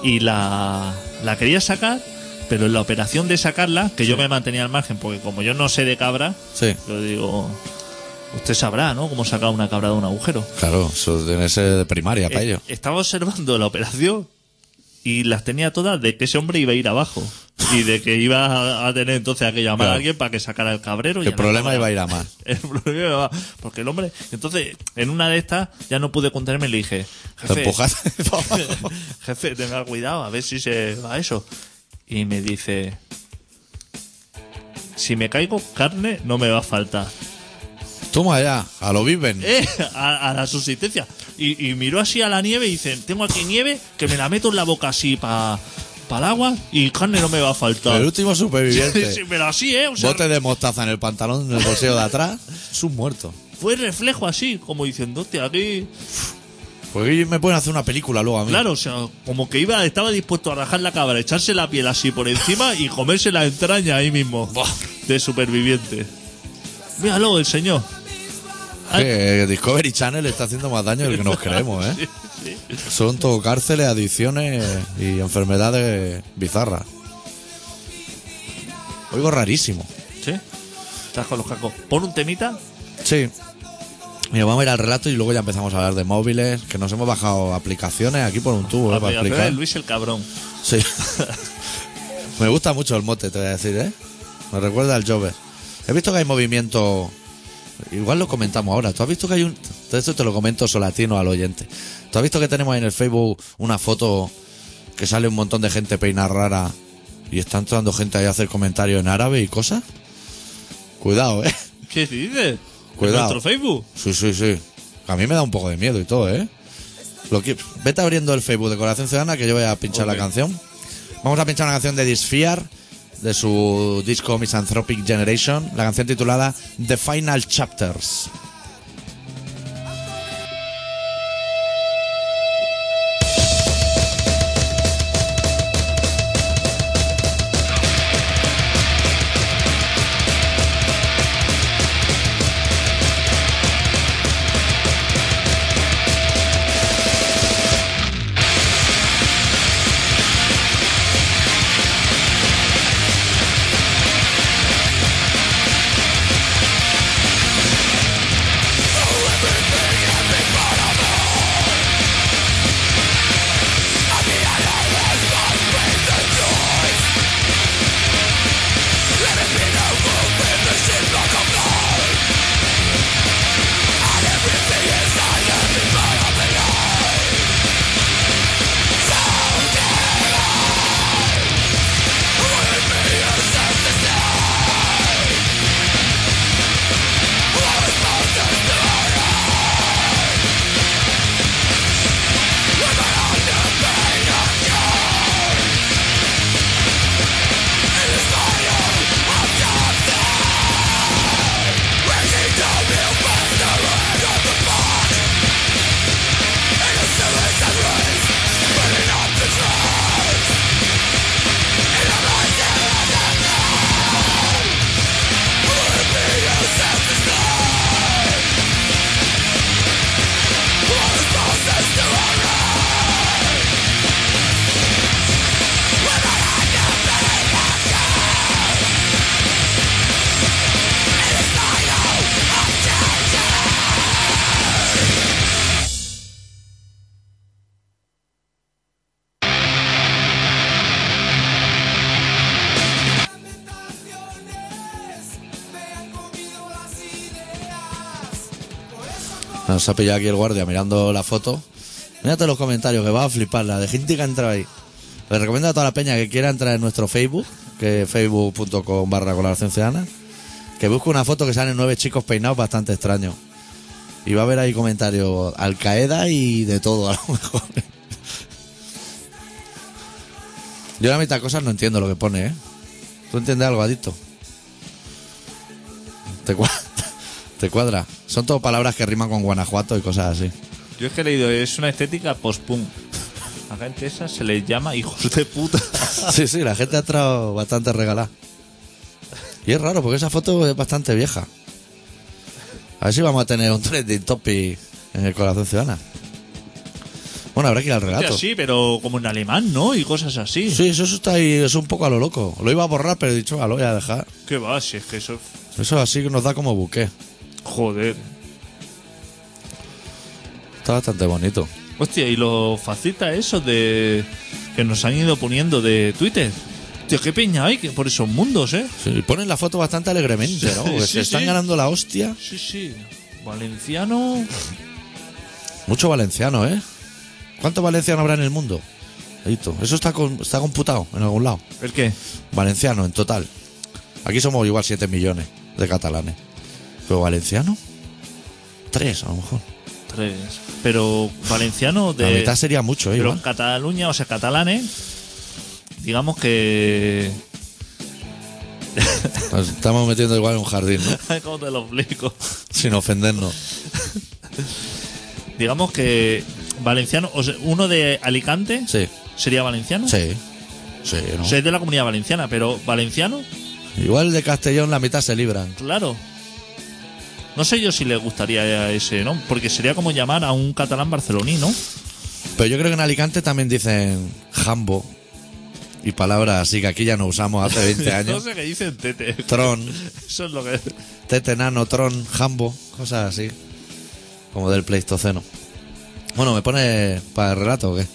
Speaker 3: Y la, la quería sacar, pero en la operación de sacarla, que yo me mantenía al margen, porque como yo no sé de cabra,
Speaker 1: Sí.
Speaker 3: yo digo, usted sabrá, ¿no? Cómo sacar una cabra de un agujero.
Speaker 1: Claro, eso tiene que ser de primaria para ello.
Speaker 3: Eh, estaba observando la operación y las tenía todas de que ese hombre iba a ir abajo y de que iba a- a tener entonces a que llamar
Speaker 1: Claro.
Speaker 3: a alguien para que sacara el cabrero. y
Speaker 1: El
Speaker 3: la
Speaker 1: problema
Speaker 3: cabra.
Speaker 1: iba a ir a más.
Speaker 3: El problema iba Porque el hombre. Entonces, en una de estas ya no pude contenerme y le dije,
Speaker 1: Te
Speaker 3: jefe,
Speaker 1: empujaste para abajo.
Speaker 3: jefe, tenga cuidado, a ver si se va eso. Y me dice, si me caigo, carne no me va a faltar.
Speaker 1: Toma ya, a lo viven.
Speaker 3: Eh, a, a la subsistencia. Y, y miró así a la nieve y dice, tengo aquí nieve que me la meto en la boca así para el agua y carne no me va a
Speaker 1: El
Speaker 3: faltar.
Speaker 1: último superviviente.
Speaker 3: Sí, pero así, ¿eh? O sea,
Speaker 1: Bote de mostaza en el pantalón, en el bolsillo de atrás. Es un muerto.
Speaker 3: fue reflejo así, como diciendo, hostia, aquí...
Speaker 1: Porque ellos Pues me pueden hacer una película luego a mí.
Speaker 3: Claro, o sea, como que iba, estaba dispuesto a rajar la cabra, echarse la piel así por encima y comerse la entraña ahí mismo. De superviviente. Míralo, el señor.
Speaker 1: Que Discovery Channel está haciendo más daño del que nos creemos, ¿eh? Son todo cárceles, adicciones y enfermedades bizarras. Oigo rarísimo.
Speaker 3: ¿Sí? Estás con los cacos. Pon un temita
Speaker 1: Pues Sí. Mira, vamos a ir al relato y luego ya empezamos a hablar de móviles, que nos hemos bajado aplicaciones aquí por un tubo, ¿eh? Para
Speaker 3: aplicación de
Speaker 1: explicar.
Speaker 3: Luis el cabrón.
Speaker 1: Sí. Me gusta mucho el mote, te voy a decir, ¿eh? Me recuerda al Jover. He visto que hay movimiento. Igual lo comentamos ahora. ¿Tú has visto que hay un.? Todo esto te lo comento solatino al oyente. ¿Tú has visto que tenemos ahí en el Facebook una foto que sale un montón de gente peina rara y están entrando gente ahí a hacer comentarios en árabe y cosas? Cuidado, ¿eh?
Speaker 3: ¿Qué dices?
Speaker 1: Cuidado.
Speaker 3: En nuestro Facebook.
Speaker 1: Sí, sí, sí. A mí me da un poco de miedo y todo, ¿eh? Lo que... Vete abriendo el Facebook de Corazón Ciudadana que yo voy a pinchar
Speaker 3: Ok.
Speaker 1: la canción. Vamos a pinchar una canción de Disfear, de su disco Misanthropic Generation, la canción titulada The Final Chapters. Nos ha pillado aquí el guardia mirando la foto. Mírate los comentarios, que va a flipar la de gente que ha entrado ahí. Le recomiendo a toda la peña que quiera entrar en nuestro Facebook, que es facebook.com barra colaboración ciudadana, que busque una foto que salen nueve chicos peinados bastante extraños. Y va a haber ahí comentarios al Qaeda y de todo, a lo mejor. Yo la mitad de cosas no entiendo lo que pone, ¿eh? ¿Tú entiendes algo, Adicto? ¿Te cuadra? ¿Te cuadra? Son todo palabras que riman con Guanajuato y cosas así.
Speaker 3: Yo es que he leído, es una estética post-punk. A gente esa se les llama hijos de puta.
Speaker 1: Sí, sí, la gente ha entrado bastante regalada. Y es raro porque esa foto es bastante vieja. A ver si vamos a tener un trending topic en el corazón ciudadana. Bueno, habrá que ir al relato.
Speaker 3: Sí, pero como en alemán, ¿no? Y cosas así.
Speaker 1: Sí, eso eso está ahí, es un poco a lo loco. Lo iba a borrar, pero he dicho, "Ah, lo voy a dejar.
Speaker 3: ¿Qué va? Si es que eso.
Speaker 1: Eso así nos da como buque.
Speaker 3: Joder.
Speaker 1: Está bastante bonito.
Speaker 3: Hostia, y los facetas esos de. que nos han ido poniendo de Twitter. Tío, qué peña hay que por esos mundos, ¿eh?
Speaker 1: Sí, y ponen la foto bastante alegremente, ¿no? Porque
Speaker 3: Sí,
Speaker 1: se están
Speaker 3: sí.
Speaker 1: ganando la hostia.
Speaker 3: Sí, sí. Valenciano.
Speaker 1: Mucho valenciano, ¿eh? ¿Cuánto valenciano habrá en el mundo? Edito, Eso está, con- está computado en algún lado.
Speaker 3: ¿El qué?
Speaker 1: Valenciano en total. Aquí somos igual 7 millones de catalanes. Pero valenciano, 3 a lo mejor.
Speaker 3: Tres. Pero valenciano de.
Speaker 1: La mitad sería mucho, ¿eh?
Speaker 3: Pero en
Speaker 1: igual.
Speaker 3: Cataluña, o sea, catalanes, digamos que.
Speaker 1: Nos estamos metiendo igual en un jardín, ¿no?
Speaker 3: ¿Cómo te lo explico?
Speaker 1: Sin ofendernos.
Speaker 3: Digamos que valenciano, o sea, uno de Alicante
Speaker 1: Sí,
Speaker 3: sería valenciano.
Speaker 1: sí. Sí, ¿no?
Speaker 3: O sea, es de la comunidad valenciana, pero valenciano,
Speaker 1: Igual de Castellón la mitad se libran.
Speaker 3: claro. No sé yo si le gustaría ese, ¿no? Porque sería como llamar a un catalán barceloní, ¿no?
Speaker 1: Pero yo creo que en Alicante también dicen jambo y palabras así que aquí ya no usamos hace 20
Speaker 3: No
Speaker 1: años.
Speaker 3: sé qué dicen tete.
Speaker 1: Tron.
Speaker 3: Eso es lo que.
Speaker 1: Tete, Nano, Tron, Jambo, cosas así. Como del Pleistoceno. Bueno, me pone para el relato o qué.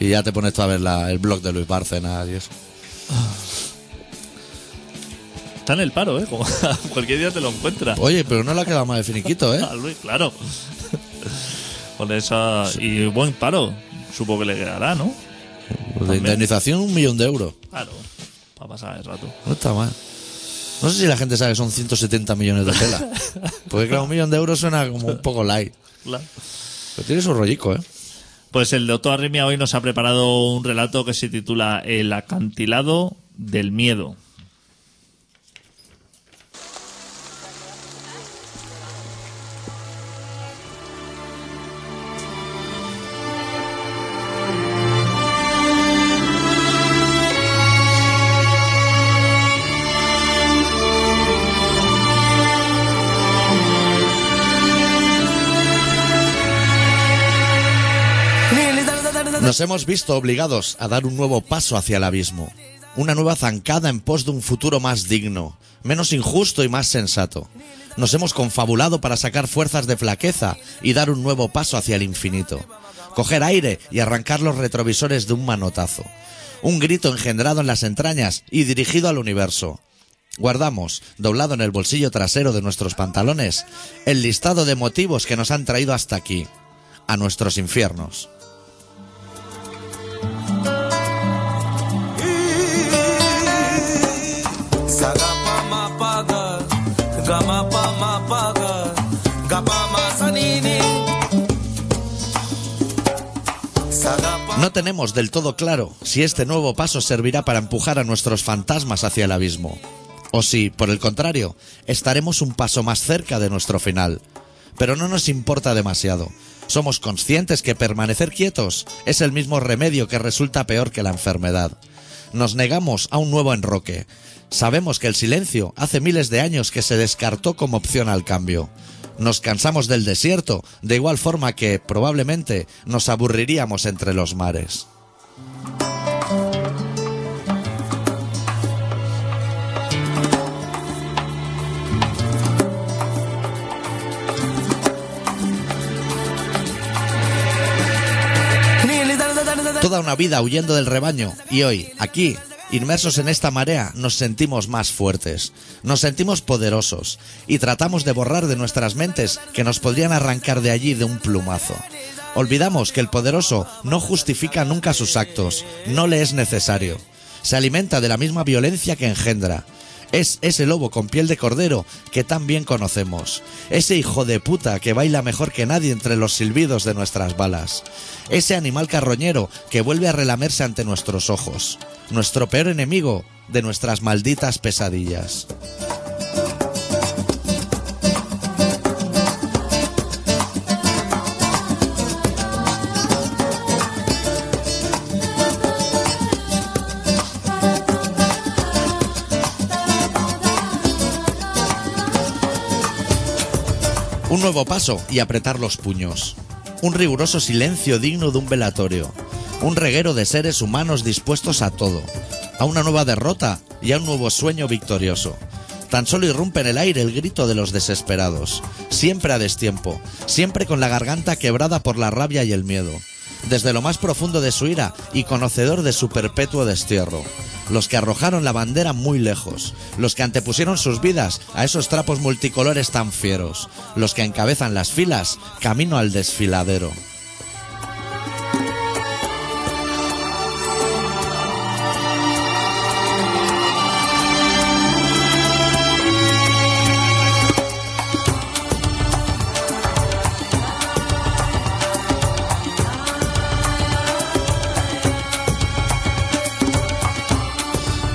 Speaker 1: Y ya te pones tú a ver la- el blog de Luis Bárcenas y eso.
Speaker 3: Está en el paro, ¿eh? Como cualquier día te lo encuentras.
Speaker 1: Oye, pero no le ha quedado más de finiquito, ¿eh?
Speaker 3: Ah, Luis, claro. Con esa. Y buen paro. Supongo que le quedará, ¿no?
Speaker 1: De indemnización un millón de euros.
Speaker 3: Claro. Para pasar el rato.
Speaker 1: No está mal. No sé si la gente sabe que son 170 millones de telas. Porque claro, un millón de euros suena como un poco light.
Speaker 3: Claro.
Speaker 1: Pero tiene su rollico, ¿eh?
Speaker 3: Pues el doctor Arrimia hoy nos ha preparado un relato que se titula El acantilado del miedo.
Speaker 1: Nos hemos visto obligados a dar un nuevo paso hacia el abismo, una nueva zancada en pos de un futuro más digno, menos injusto y más sensato. Nos hemos confabulado para sacar fuerzas de flaqueza y dar un nuevo paso hacia el infinito, coger aire y arrancar los retrovisores de un manotazo, un grito engendrado en las entrañas y dirigido al universo. Guardamos, doblado en el bolsillo trasero de nuestros pantalones, el listado de motivos que nos han traído hasta aquí, a nuestros infiernos.
Speaker 4: Sagapa mapada, gamapa mapada, gapa masanini. Sagapa
Speaker 1: No tenemos del todo claro si este nuevo paso servirá para empujar a nuestros fantasmas hacia el abismo, o si, por el contrario, estaremos un paso más cerca de nuestro final. Pero no nos importa demasiado. Somos conscientes que permanecer quietos es el mismo remedio que resulta peor que la enfermedad. Nos negamos a un nuevo enroque. Sabemos que el silencio hace miles de años que se descartó como opción al cambio. Nos cansamos del desierto, de igual forma que, probablemente, nos aburriríamos entre los mares. Toda una vida huyendo del rebaño y hoy, aquí, inmersos en esta marea, nos sentimos más fuertes, nos sentimos poderosos y tratamos de borrar de nuestras mentes que nos podrían arrancar de allí de un plumazo. Olvidamos que el poderoso no justifica nunca sus actos, no le es necesario. Se alimenta de la misma violencia que engendra. Es ese lobo con piel de cordero que tan bien conocemos. Ese hijo de puta que baila mejor que nadie entre los silbidos de nuestras balas. Ese animal carroñero que vuelve a relamerse ante nuestros ojos. Nuestro peor enemigo de nuestras malditas pesadillas. Un nuevo paso y apretar los puños. Un riguroso silencio digno de un velatorio. Un reguero de seres humanos dispuestos a todo. A una nueva derrota y a un nuevo sueño victorioso. Tan solo irrumpe en el aire el grito de los desesperados. Siempre a destiempo. Siempre con la garganta quebrada por la rabia y el miedo. Desde lo más profundo de su ira y conocedor de su perpetuo destierro. Los que arrojaron la bandera muy lejos. Los que antepusieron sus vidas a esos trapos multicolores tan fieros. Los que encabezan las filas camino al desfiladero.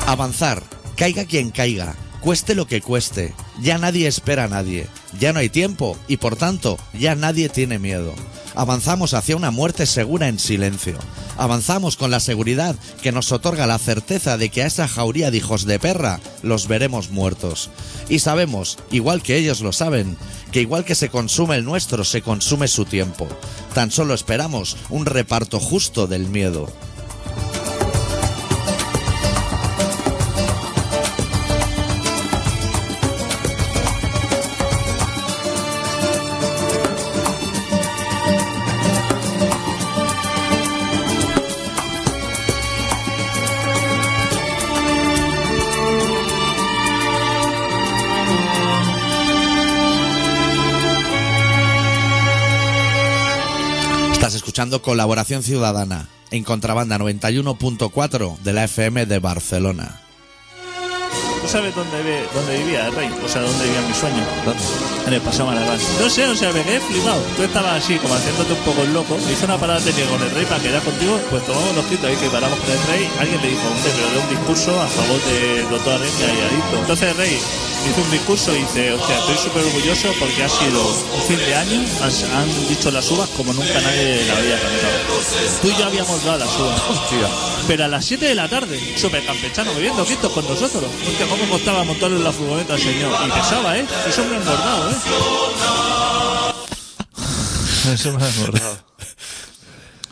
Speaker 1: Avanzar, caiga quien caiga, cueste lo que cueste. Ya nadie espera a nadie, ya no hay tiempo y por tanto ya nadie tiene miedo. Avanzamos hacia una muerte segura en silencio. Avanzamos con la seguridad que nos otorga la certeza de que a esa jauría de hijos de perra los veremos muertos. Y sabemos, igual que ellos lo saben, que igual que se consume el nuestro, se consume su tiempo. Tan solo esperamos un reparto justo del miedo. Estás escuchando Colaboración Ciudadana en Contrabanda 91.4 de la FM de Barcelona.
Speaker 3: ¿Sabes dónde, ve- dónde vivía el rey? O sea, dónde vivía mi sueño.
Speaker 1: ¿Dónde?
Speaker 3: En el Paseo Maragall. No sé, o sea, me quedé flipado. Tú estabas así, como haciéndote un poco el loco. Hice una parada técnica con el rey para quedar contigo. Pues tomamos los quitos ahí que paramos con el rey. Alguien le dijo, hombre, pero de un discurso a favor de doctor Arena y Adicto. Entonces el rey hizo un discurso y dice, hostia, estoy súper orgulloso porque ha sido un fin de año. Has- Han, dicho las uvas como nunca nadie la había cantado. Tú y yo habíamos dado las uvas.
Speaker 1: Hostia.
Speaker 3: Pero a las 7 de la tarde, super campechano, bebiendo quitos con nosotros. Hostia, cómo costaba montarlo en la furgoneta al señor. Y pesaba, ¿eh? Eso me ha engordado, ¿eh? Eso me ha engordado.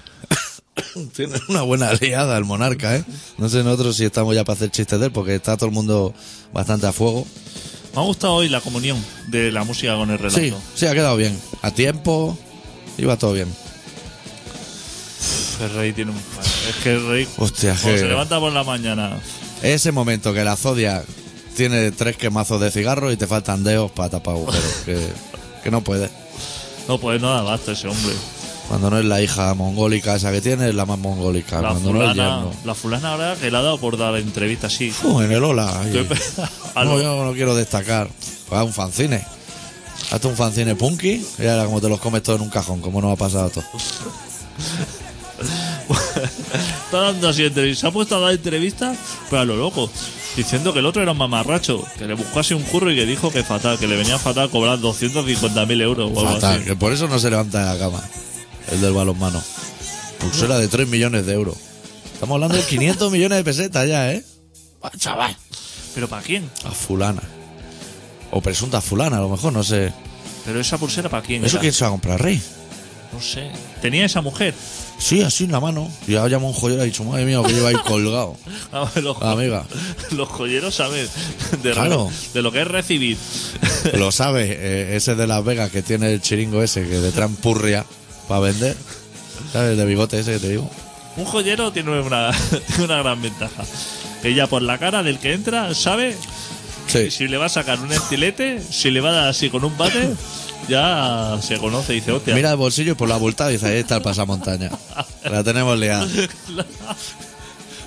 Speaker 1: Tiene una buena aliada el monarca, ¿eh? No sé nosotros si estamos ya para hacer chistes de él, porque está todo el mundo bastante a fuego.
Speaker 3: Me ha gustado hoy la comunión de la música con el relato.
Speaker 1: Sí, sí, ha quedado bien. A tiempo, iba todo bien.
Speaker 3: Pff, El rey tiene un... Es que el rey...
Speaker 1: Hostia,
Speaker 3: Cuando
Speaker 1: que-
Speaker 3: se levanta por la mañana...
Speaker 1: Ese momento que la Zodia tiene tres quemazos de cigarro y te faltan dedos para tapar agujeros, que, que no puede.
Speaker 3: No, pues no da basta ese hombre.
Speaker 1: Cuando no es la hija mongólica esa que tiene, es la más mongólica.
Speaker 3: La
Speaker 1: Cuando
Speaker 3: fulana,
Speaker 1: no es el yerno.
Speaker 3: la fulana ahora que le ha dado por dar entrevista así.
Speaker 1: Puh, en el hola. ahí.
Speaker 3: Estoy- a
Speaker 1: No,
Speaker 3: lo-
Speaker 1: yo no quiero destacar. Pues haz un fanzine. Hazte un fanzine punky y ahora como te los comes todo en un cajón, como nos ha pasado a todos.
Speaker 3: Está dando así entrevistas. Se ha puesto a dar entrevistas, pero a lo loco. Diciendo que el otro era un mamarracho, que le buscó así un curro y que dijo que fatal, que le venía fatal cobrar 250.000 euros o algo
Speaker 1: Fatal,
Speaker 3: así.
Speaker 1: que por eso no se levanta de la cama. El del balonmano. Pulsera de 3 millones de euros. Estamos hablando de 500 millones de pesetas ya, ¿eh? Ah, Chaval.
Speaker 3: ¿Pero para quién?
Speaker 1: A fulana. O presunta fulana, a lo mejor, no sé.
Speaker 3: ¿Pero esa pulsera para quién?
Speaker 1: ¿Eso
Speaker 3: era?
Speaker 1: quién se va a comprar, Rey?
Speaker 3: No sé. Tenía esa mujer.
Speaker 1: Sí, así en la mano. Y ahora llama un joyero y ha dicho, madre mía, lo que lleva ahí colgado.
Speaker 3: Ah, Los,
Speaker 1: Amiga.
Speaker 3: los joyeros saben de,
Speaker 1: Claro.
Speaker 3: de lo que es recibir.
Speaker 1: Lo sabe, eh, ese de Las Vegas que tiene el chiringo ese, que de trampurria para vender. ¿Sabes? El de bigote ese que te digo.
Speaker 3: Un joyero tiene una, tiene una gran ventaja. Que ya por la cara del que entra sabe
Speaker 1: Sí.
Speaker 3: si le va a sacar un estilete, si le va a dar así con un bate, ya se conoce y dice, hostia.
Speaker 1: Mira el bolsillo y por la voltada dice, ahí está el pasamontaña. La tenemos liada.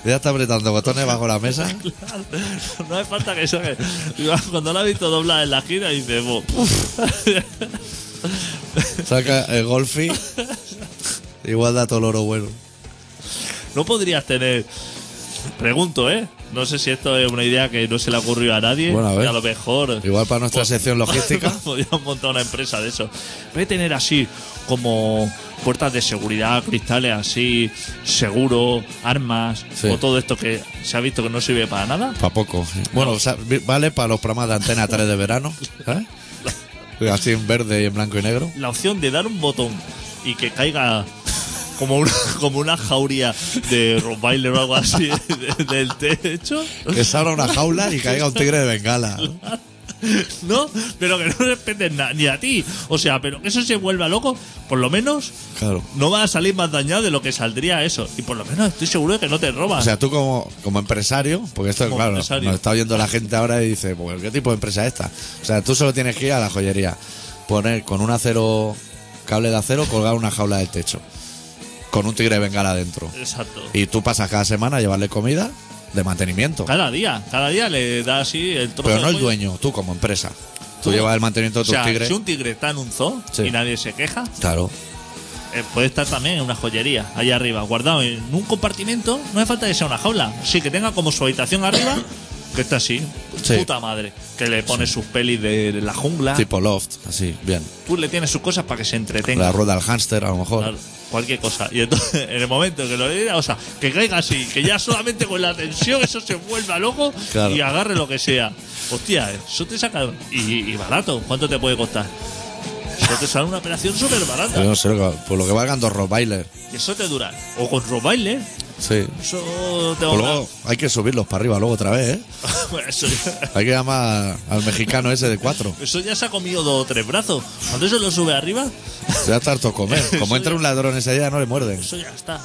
Speaker 1: Ya está apretando botones bajo la mesa.
Speaker 3: No hace falta que saque. Cuando la ha visto doblar en la gira, dice, "Bo".
Speaker 1: Saca el golfi. Igual da todo el oro bueno.
Speaker 3: no podrías tener. Pregunto, ¿eh? No sé si esto es una idea que no se le ocurrió a nadie.
Speaker 1: Bueno, a ver.
Speaker 3: Y lo mejor.
Speaker 1: Igual para nuestra sección logística.
Speaker 3: Podríamos montar una empresa de eso. Voy a tener así como puertas de seguridad, cristales así, seguro, armas,
Speaker 1: Sí.
Speaker 3: o todo esto que se ha visto que no sirve para nada.
Speaker 1: Para poco. Bueno, o sea, vi- vale para los programas de Antena 3 de verano. ¿sabes? Así en verde y en blanco y negro.
Speaker 3: la opción de dar un botón y que caiga como una, como una jauría de Rottweiler o algo así de- del techo,
Speaker 1: Que se abra una jaula y caiga un tigre de bengala.
Speaker 3: ¿no? Pero que no respeten nada, ni a ti. O sea, pero que eso se vuelva loco, por lo menos
Speaker 1: Claro.
Speaker 3: no va a salir más dañado de lo que saldría eso. Y por lo menos estoy seguro de que no te
Speaker 1: O
Speaker 3: roban.
Speaker 1: sea, tú como, como empresario, porque esto,
Speaker 3: Como
Speaker 1: claro,
Speaker 3: empresario.
Speaker 1: nos está viendo la gente ahora y dice, pues, ¿qué tipo de empresa es esta? O sea, tú solo tienes que ir a la joyería, poner con un acero, cable de acero, colgar una jaula del techo, con un tigre de bengala adentro.
Speaker 3: Exacto.
Speaker 1: Y tú pasas cada semana a llevarle comida de mantenimiento.
Speaker 3: Cada día, cada día le da así el trozo
Speaker 1: Pero no
Speaker 3: de
Speaker 1: el
Speaker 3: pollo.
Speaker 1: dueño, tú como empresa. Tú
Speaker 3: Tú.
Speaker 1: llevas el mantenimiento de
Speaker 3: O
Speaker 1: tus
Speaker 3: sea,
Speaker 1: tigres.
Speaker 3: si un tigre está en un zoo
Speaker 1: Sí.
Speaker 3: y nadie se queja,
Speaker 1: Claro.
Speaker 3: Eh, puede estar también en una joyería, allá arriba, guardado en un compartimento. No hace falta que sea una jaula. Sí, que tenga como su habitación arriba, que está así.
Speaker 1: Sí.
Speaker 3: Puta madre. Que le pone sus pelis de la jungla.
Speaker 1: Tipo loft, así, bien.
Speaker 3: Tú le tienes sus cosas para que se entretenga.
Speaker 1: La rueda al hámster, a lo mejor.
Speaker 3: Claro, cualquier cosa. Y entonces, en el momento que lo diga, o sea, que caiga así, que ya solamente con la tensión eso se vuelva loco
Speaker 1: Claro.
Speaker 3: y agarre lo que sea. Hostia, eso te saca. Y, y barato, ¿cuánto te puede costar? Eso te sale una operación súper
Speaker 1: Yo
Speaker 3: barata.
Speaker 1: no sé, lo que- por lo que valgan dos Rottweilers.
Speaker 3: Y eso te dura. O con Robaile,
Speaker 1: Sí.
Speaker 3: Eso te va
Speaker 1: Pues
Speaker 3: a
Speaker 1: luego hay que subirlos para arriba luego otra vez, ¿eh?
Speaker 3: dar- Bueno, eso, ya,
Speaker 1: Hay que llamar al mexicano ese de cuatro.
Speaker 3: eso ya se ha comido dos o tres brazos. Cuando eso lo sube arriba,
Speaker 1: Se da tarto a comer. Como entra un ladrón ese día, no le muerden.
Speaker 3: eso ya está.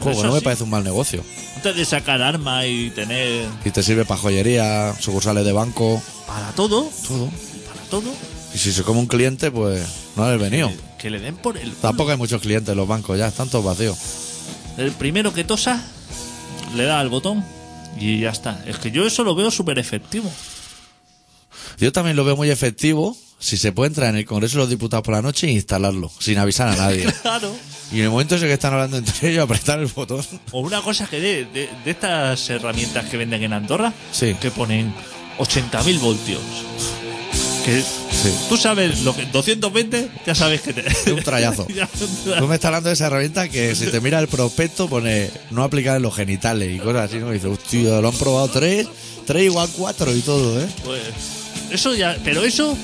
Speaker 1: Juego,
Speaker 3: Eso
Speaker 1: no me
Speaker 3: sí,
Speaker 1: parece un mal negocio.
Speaker 3: Antes de sacar armas y tener
Speaker 1: Y te sirve para joyería, sucursales de banco,
Speaker 3: para todo,
Speaker 1: todo.
Speaker 3: para todo,
Speaker 1: Y si se come un cliente, pues no haber venido.
Speaker 3: que le den por el.
Speaker 1: Tampoco hay muchos clientes en los bancos ya, están todos vacíos.
Speaker 3: El primero que tosa le da al botón Y ya está. Es que yo eso lo veo súper efectivo.
Speaker 1: Yo también lo veo muy efectivo si se puede entrar en el Congreso de los Diputados por la noche e instalarlo, sin avisar a nadie.
Speaker 3: Claro.
Speaker 1: Y en el momento ese que están hablando entre ellos, apretar el botón.
Speaker 3: O una cosa que de, de- de estas herramientas que venden en Andorra,
Speaker 1: Sí.
Speaker 3: que ponen 80.000 voltios. Que tú sabes lo que 220, ya sabes que te.
Speaker 1: un trayazo.
Speaker 3: Ya,
Speaker 1: Tú me estás hablando de esa herramienta que si te mira el prospecto pone no aplicar en los genitales y cosas así, ¿no? Y dices, hostia, lo han probado tres, tres igual cuatro y todo, ¿eh?
Speaker 3: pues, eso ya, pero eso,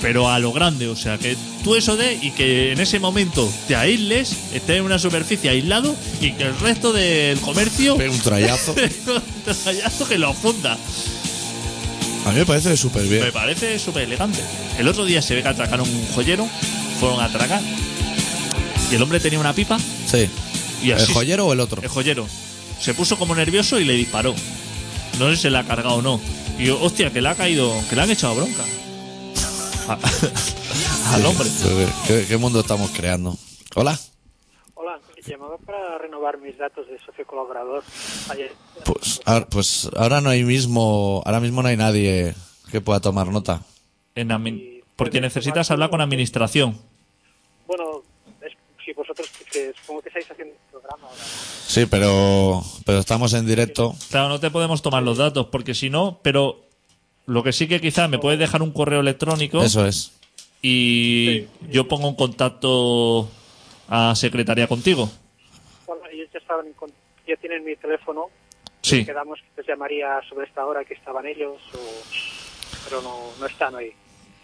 Speaker 3: pero a lo grande, o sea, que tú eso de y que en ese momento te aísles, estés en una superficie aislado y que el resto del comercio
Speaker 1: Pega un trayazo.
Speaker 3: Un trayazo que lo funda.
Speaker 1: A mí me parece súper bien.
Speaker 3: Me parece súper elegante. El otro día se ve que atracaron un joyero, fueron a atracar. Y el hombre tenía una pipa
Speaker 1: Sí.
Speaker 3: y así.
Speaker 1: ¿El joyero o el otro?
Speaker 3: El joyero. Se puso como nervioso y le disparó. No sé si se la ha cargado o no. Y yo, hostia, que le ha caído. que le han echado bronca. A- al hombre.
Speaker 1: ¿Qué, qué mundo estamos creando? Hola.
Speaker 5: Hola, llamaba para renovar mis datos de socio colaborador. Ayer,
Speaker 1: Pues ahora, pues ahora no hay mismo, ahora mismo no hay nadie que pueda tomar nota.
Speaker 3: En admin- porque necesitas hablar con administración.
Speaker 5: bueno, es- si vosotros, que supongo que estáis haciendo el programa ahora. ¿no?
Speaker 1: Sí, pero, pero estamos en directo.
Speaker 3: Claro, no te podemos tomar los datos porque si no, pero lo que sí que quizás me puedes dejar un correo electrónico.
Speaker 1: Eso es.
Speaker 3: y yo pongo en contacto a secretaría contigo.
Speaker 5: Bueno, ellos ya, estaban en con- ya tienen mi teléfono.
Speaker 3: Sí.
Speaker 5: Quedamos que les llamaría sobre esta hora que estaban ellos, o- pero no, no están hoy.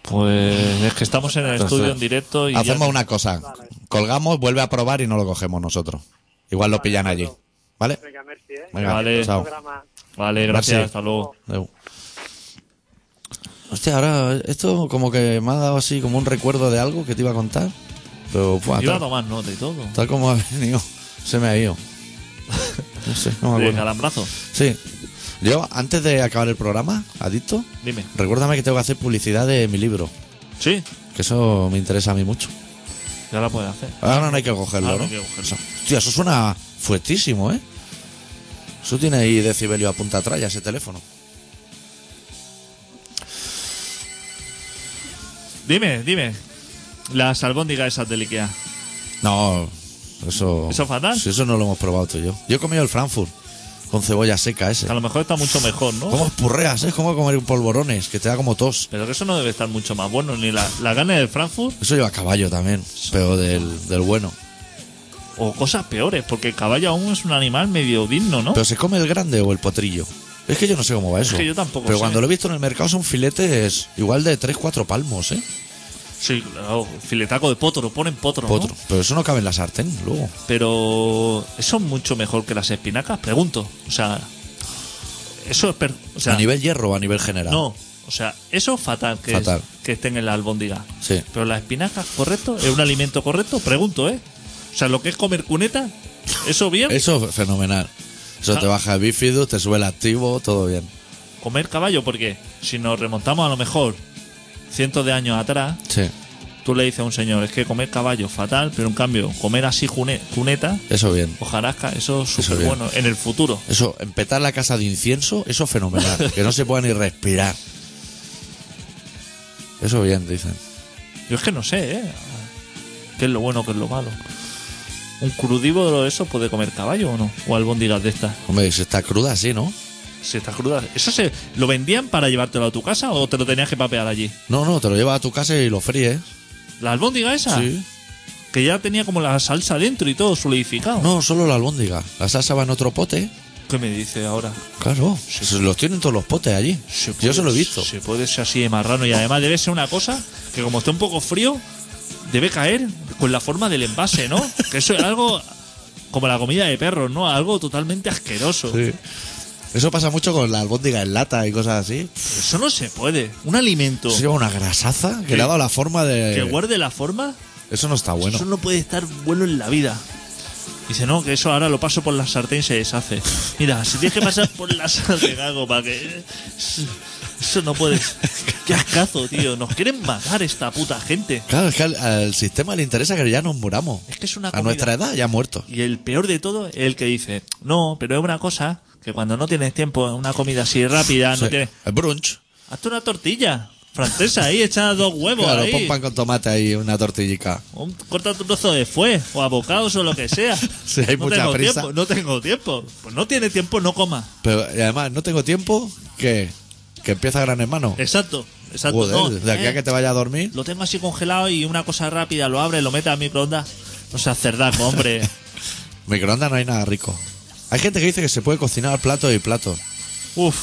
Speaker 3: Pues es que estamos en el
Speaker 1: Entonces,
Speaker 3: estudio en directo y ya-
Speaker 1: Hacemos una cosa. Colgamos, vuelve a probar y no lo cogemos nosotros. Igual lo
Speaker 5: Vale,
Speaker 1: pillan allí.
Speaker 5: perfecto.
Speaker 1: ¿Vale?
Speaker 5: Venga, merci, ¿eh?
Speaker 1: Venga,
Speaker 3: Vale.
Speaker 1: chao.
Speaker 5: Programa.
Speaker 3: Vale, gracias,
Speaker 1: Merci.
Speaker 3: hasta luego.
Speaker 1: Adeu. Hostia, ahora esto como que me ha dado así como un recuerdo de algo que te iba a contar. Pero fue
Speaker 3: Iba a
Speaker 1: tal,
Speaker 3: tomar nota y todo.
Speaker 1: tal como ha venido, se me ha ido. No sé, no me
Speaker 3: De
Speaker 1: acuerdo.
Speaker 3: calambrazo.
Speaker 1: Sí. Yo, antes de acabar el programa, adicto,
Speaker 3: Dime.
Speaker 1: recuérdame que tengo que hacer publicidad de mi libro,
Speaker 3: Sí,
Speaker 1: que eso me interesa a mí mucho.
Speaker 3: ya la puedes hacer.
Speaker 1: Ahora no hay que cogerlo,
Speaker 3: Ahora
Speaker 1: ¿no?
Speaker 3: hay que cogerlo.
Speaker 1: Hostia, eso suena fuertísimo, ¿eh? Eso tiene ahí decibelio a punta tralla ese teléfono.
Speaker 3: Dime, dime. Las albóndigas esas de Ikea.
Speaker 1: No, eso.
Speaker 3: ¿Eso es fatal?
Speaker 1: Sí, eso no lo hemos probado tú y yo. Yo he comido el Frankfurt con cebolla seca ese.
Speaker 3: A lo mejor está mucho mejor, ¿no?
Speaker 1: Como espurreas, ¿eh? Es como comer un polvorones, que te da como tos.
Speaker 3: Pero que eso no debe estar mucho más bueno. Ni la, la gana del Frankfurt
Speaker 1: Eso lleva caballo también, pero del, del bueno.
Speaker 3: o cosas peores. Porque el caballo aún es un animal medio digno, ¿no?
Speaker 1: ¿Pero se come el grande o el potrillo? Es que yo no sé cómo va eso.
Speaker 3: que yo tampoco
Speaker 1: Pero
Speaker 3: sé.
Speaker 1: cuando lo he visto en el mercado son filetes igual de 3-4 palmos, ¿eh?
Speaker 3: Sí, claro. Filetaco de potro. Ponen potro, ¿no?
Speaker 1: Potro. Pero eso no cabe en la sartén luego.
Speaker 3: Pero eso es mucho mejor que las espinacas, pregunto. O sea, eso es... per- o sea,
Speaker 1: a nivel hierro o a nivel general.
Speaker 3: No, o sea, eso es fatal que,
Speaker 1: Fatal.
Speaker 3: que estén en la albóndiga.
Speaker 1: Sí.
Speaker 3: Pero las espinacas, ¿correcto? ¿Es un alimento correcto? Pregunto, ¿eh? O sea, lo que es comer cuneta, ¿eso bien?
Speaker 1: Eso es fenomenal. Eso
Speaker 3: Ah.
Speaker 1: te baja el bífido, te sube el activo, todo bien.
Speaker 3: Comer caballo, porque si nos remontamos a lo mejor cientos de años atrás,
Speaker 1: Sí.
Speaker 3: tú le dices a un señor, es que comer caballo es fatal, pero en cambio, comer así june- cuneta
Speaker 1: Eso bien.
Speaker 3: o jarasca, eso es
Speaker 1: Eso
Speaker 3: súper bueno en el futuro.
Speaker 1: Eso, empetar la casa de incienso, eso es fenomenal. que no se pueda ni respirar. Eso bien, dicen.
Speaker 3: Yo es que no sé, ¿eh? ¿Qué es lo bueno, qué es lo malo? ¿Un crudívoro de eso puede comer caballo o no? ¿O albóndigas de estas?
Speaker 1: Hombre, si está cruda, sí, ¿no?
Speaker 3: Si está cruda. ¿Eso se, lo vendían para llevártelo a tu casa o te lo tenías que papear allí?
Speaker 1: No, no, te lo llevas a tu casa y lo fríes.
Speaker 3: ¿La albóndiga esa?
Speaker 1: Sí.
Speaker 3: Que ya tenía como la salsa dentro y todo solidificado.
Speaker 1: No, solo la albóndiga. La salsa va en otro pote.
Speaker 3: ¿Qué me dice ahora?
Speaker 1: Claro. se Los tienen todos los potes allí.
Speaker 3: Se puede-
Speaker 1: Yo se lo he visto.
Speaker 3: Pues Se puede ser así de marrano y además debe ser una cosa que como está un poco frío, debe caer con la forma del envase, ¿no? que eso es algo como la comida de perros, ¿no? Algo totalmente asqueroso.
Speaker 1: Sí. Eso pasa mucho con la albóndiga en lata y cosas así.
Speaker 3: Eso no se puede. Un alimento
Speaker 1: Eso lleva una grasaza que
Speaker 3: Sí.
Speaker 1: le ha dado la forma de.
Speaker 3: que guarde la forma,
Speaker 1: Eso no está bueno.
Speaker 3: eso no puede estar bueno en la vida. Dice, no, que eso ahora lo paso por la sartén y se deshace. Mira, si tienes que pasar por la sartén algo para que... Eso no puedes... Qué ascazo, tío. Nos quieren matar esta puta gente.
Speaker 1: Claro, es que al, al sistema le interesa que ya nos muramos.
Speaker 3: Es que es una
Speaker 1: A
Speaker 3: comida-
Speaker 1: nuestra edad ya muertos.
Speaker 3: Y el peor de todo es el que dice, no, pero es una cosa que cuando no tienes tiempo, una comida así rápida, no
Speaker 1: Sí.
Speaker 3: tienes...
Speaker 1: El brunch.
Speaker 3: Hazte una tortilla francesa ahí, echa dos huevos
Speaker 1: Claro,
Speaker 3: ahí.
Speaker 1: pon pan con tomate ahí, una tortillica.
Speaker 3: O un- corta tu trozo de fue, o abocados o lo que sea.
Speaker 1: Sí, hay mucha
Speaker 3: tengo
Speaker 1: prisa.
Speaker 3: Tiempo, no tengo tiempo. Pues no tiene tiempo, no coma.
Speaker 1: Pero y además, no tengo tiempo que, que empieza Gran Hermano.
Speaker 3: Exacto, exacto.
Speaker 1: Joder,
Speaker 3: no,
Speaker 1: de aquí
Speaker 3: eh,
Speaker 1: a que te vaya a dormir.
Speaker 3: Lo tengo así congelado y una cosa rápida, lo abre, lo mete al microondas. No seas cerdaco, hombre.
Speaker 1: Microondas no hay nada rico. Hay gente que dice que se puede cocinar plato y plato.
Speaker 3: Uf,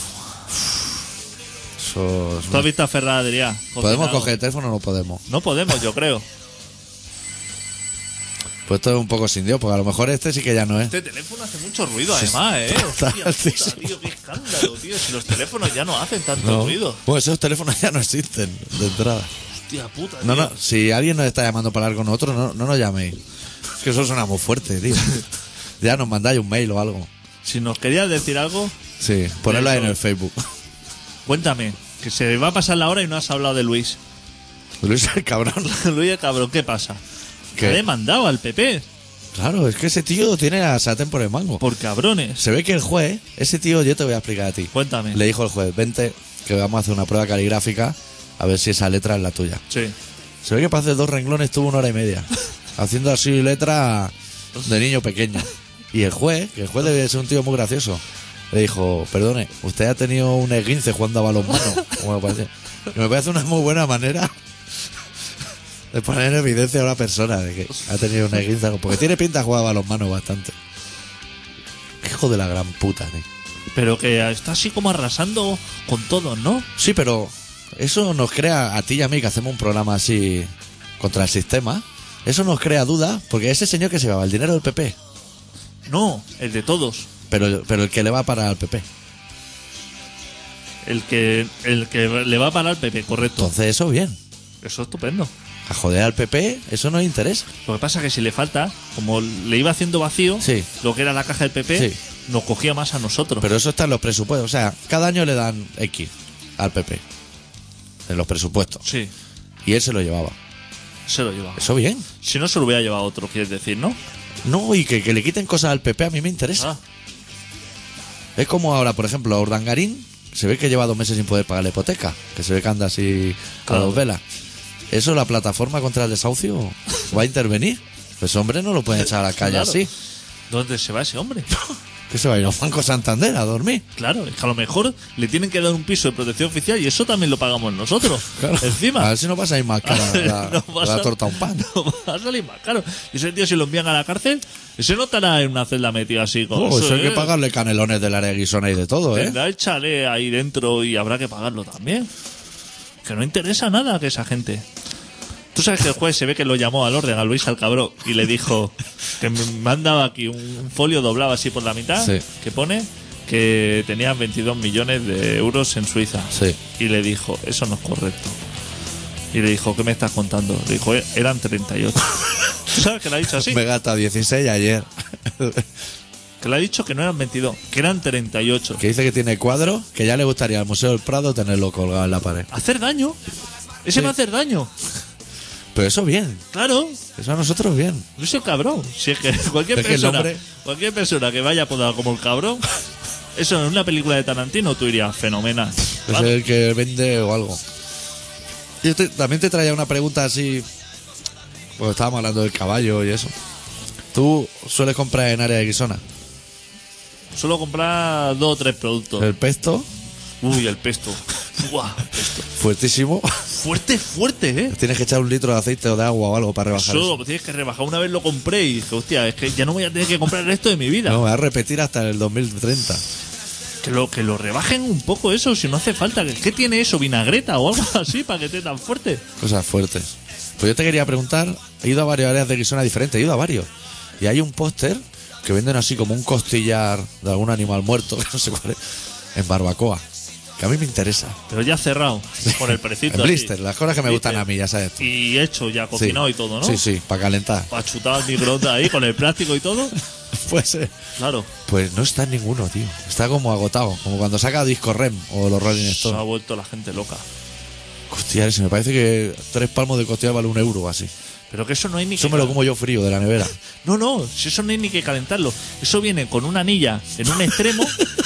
Speaker 1: Eso es
Speaker 3: tú has
Speaker 1: una-
Speaker 3: visto a Ferrada, diría.
Speaker 1: ¿Podemos
Speaker 3: cocinado.
Speaker 1: coger el teléfono o no podemos?
Speaker 3: No podemos, yo creo.
Speaker 1: Pues esto es un poco sin Dios, porque a lo mejor este sí que ya no es.
Speaker 3: Este teléfono hace mucho ruido, además, ¿eh?
Speaker 1: está
Speaker 3: Hostia, puta,
Speaker 1: altísimo.
Speaker 3: tío, qué escándalo, tío. Si los teléfonos ya no hacen tanto
Speaker 1: No.
Speaker 3: ruido.
Speaker 1: Pues esos teléfonos ya no existen, de entrada.
Speaker 3: Hostia puta,
Speaker 1: No,
Speaker 3: tío.
Speaker 1: no, si alguien nos está llamando para hablar con nosotros, no, no nos llaméis. Es que eso suena muy fuerte, tío. Ya nos mandáis un mail o algo.
Speaker 3: Si nos querías decir algo,
Speaker 1: Sí, ponerlo ahí en
Speaker 3: Eso.
Speaker 1: el Facebook.
Speaker 3: cuéntame. Que se va a pasar la hora y no has hablado de Luis.
Speaker 1: Luis el cabrón.
Speaker 3: Luis, el cabrón, ¿qué pasa?
Speaker 1: ¿Qué?
Speaker 3: Que Le he mandado al PP
Speaker 1: Claro, es que ese tío tiene la sartén por el mango.
Speaker 3: por cabrones.
Speaker 1: Se ve que el juez, ese tío, yo te voy a explicar a ti.
Speaker 3: Cuéntame.
Speaker 1: Le dijo el juez, vente, que vamos a hacer una prueba caligráfica, a ver si esa letra es la tuya.
Speaker 3: Sí.
Speaker 1: Se ve que para hacer dos renglones tuvo una hora y media, haciendo así letra de niño pequeño. Y el juez, que el juez debe ser un tío muy gracioso, le dijo, perdone, usted ha tenido un esguince jugando a balonmano, como me parece. Y me parece una muy buena manera de poner en evidencia a una persona de que ha tenido un esguince, porque tiene pinta de jugar a balonmano bastante. Hijo de la gran puta, tío.
Speaker 3: Pero que está así como arrasando con todo, ¿no?
Speaker 1: Sí, pero eso nos crea, a ti y a mí que hacemos un programa así contra el sistema, eso nos crea dudas, porque ese señor que se llevaba el dinero del PP,
Speaker 3: No, el de todos.
Speaker 1: pero, pero el que le va para el PP.
Speaker 3: El que, el que le va a parar al PP, correcto.
Speaker 1: Entonces eso bien.
Speaker 3: Eso es estupendo.
Speaker 1: A joder al PP, eso nos interesa.
Speaker 3: Lo que pasa es que si le falta, como le iba haciendo vacío,
Speaker 1: Sí.
Speaker 3: lo que era la caja del PP,
Speaker 1: Sí.
Speaker 3: nos cogía más a nosotros.
Speaker 1: Pero eso está en los presupuestos. O sea, cada año le dan X al PP. En los presupuestos.
Speaker 3: sí,
Speaker 1: Y él se lo llevaba.
Speaker 3: se lo llevaba.
Speaker 1: Eso bien.
Speaker 3: Si no, se lo hubiera llevado otro, quieres decir, ¿no?
Speaker 1: No, y que, que le quiten cosas al PP a mí me interesa.
Speaker 3: Ah,
Speaker 1: Es como ahora, por ejemplo, a Urdangarín se ve que lleva dos meses sin poder pagar la hipoteca, que se ve que anda así a
Speaker 3: Claro.
Speaker 1: dos velas. ¿Eso la plataforma contra el desahucio va a intervenir? Pues hombre, no lo pueden echar a la calle
Speaker 3: Claro.
Speaker 1: así.
Speaker 3: ¿Dónde se va ese hombre?
Speaker 1: Que se va a ir a un Banco Santander a dormir.
Speaker 3: Claro, es que a lo mejor le tienen que dar un piso de protección oficial y eso también lo pagamos nosotros.
Speaker 1: Claro. A
Speaker 3: Encima.
Speaker 1: ver si no pasa ahí más cara la,
Speaker 3: No va a
Speaker 1: la
Speaker 3: sal-
Speaker 1: torta a un pan.
Speaker 3: no va a salir más caro. Y ese tío, si lo envían a la cárcel, ese no estará en una celda metido así con
Speaker 1: Oh, eso hay que
Speaker 3: ¿eh?
Speaker 1: pagarle canelones del área guisona y de todo, ¿eh?
Speaker 3: Tendrá el chalet ahí dentro y habrá que pagarlo también. Que no interesa nada que esa gente. Tú sabes que el juez se ve que lo llamó al orden, a Luis al cabrón, y le dijo que me mandaba aquí un folio doblado así por la mitad,
Speaker 1: Sí.
Speaker 3: que pone que tenían 22 millones de euros en Suiza.
Speaker 1: Sí.
Speaker 3: Y le dijo, eso no es correcto. Y le dijo, ¿qué me estás contando? Le dijo, "Eh, eran 38. ¿Tú sabes que le ha dicho así?
Speaker 1: Me gasta 16 ayer.
Speaker 3: Que le ha dicho que no eran 22, que eran 38.
Speaker 1: que dice que tiene cuadros que ya le gustaría al Museo del Prado tenerlo colgado en la pared.
Speaker 3: ¿Hacer daño? Ese va a hacer daño.
Speaker 1: Pero eso bien.
Speaker 3: Claro,
Speaker 1: Eso a nosotros bien.
Speaker 3: no soy cabrón. Si es que cualquier
Speaker 1: Es que el
Speaker 3: persona,
Speaker 1: hombre-
Speaker 3: cualquier persona que vaya apodado como el cabrón, eso en una película de Tarantino tú irías fenomenal.
Speaker 1: Es el que vende o algo. Yo te- también te traía una pregunta así. Porque estábamos hablando del caballo y eso. ¿Tú sueles comprar en área de Guisona?
Speaker 3: Solo comprar dos o tres productos.
Speaker 1: El pesto,
Speaker 3: Uy, el pesto. Buah, pesto.
Speaker 1: fuertísimo.
Speaker 3: Fuerte, fuerte, eh.
Speaker 1: Tienes que echar un litro de aceite o de agua o algo para rebajar.
Speaker 3: Solo tienes que rebajar. Una vez lo compré y dije, hostia, es que ya no voy a tener que comprar el resto de mi vida.
Speaker 1: eso. No, me va a repetir hasta el 2030.
Speaker 3: Que, lo, que lo rebajen un poco eso, si no hace falta. ¿Qué- ¿Qué tiene eso? ¿Vinagreta o algo así para que esté tan fuerte?
Speaker 1: Cosas fuertes. Pues yo te quería preguntar, he ido a varias áreas de Guisona diferentes, he ido a varios. Y hay un póster que venden así como un costillar de algún animal muerto, que no sé cuál es, en barbacoa. Que a mí me interesa.
Speaker 3: Pero ya cerrado, por el precito.
Speaker 1: En
Speaker 3: así.
Speaker 1: blister, las cosas que me gustan a mí, ya sabes tú.
Speaker 3: Y hecho ya, cocinado
Speaker 1: Sí.
Speaker 3: y todo, ¿no?
Speaker 1: Sí, sí, para calentar.
Speaker 3: Para chutar el microondas ahí con el plástico y todo.
Speaker 1: Pues, eh,
Speaker 3: Claro,
Speaker 1: pues no está en ninguno, tío. Está como agotado, como cuando saca Disco Rem o los Rolling
Speaker 3: se ha
Speaker 1: Stones.
Speaker 3: vuelto la gente loca.
Speaker 1: Hostia, se me parece que tres palmos de costillar vale un euro o así.
Speaker 3: Pero que eso no hay ni que
Speaker 1: Eso me lo como yo frío de la nevera.
Speaker 3: No, no, si eso no hay ni que calentarlo. Eso viene con una anilla en un extremo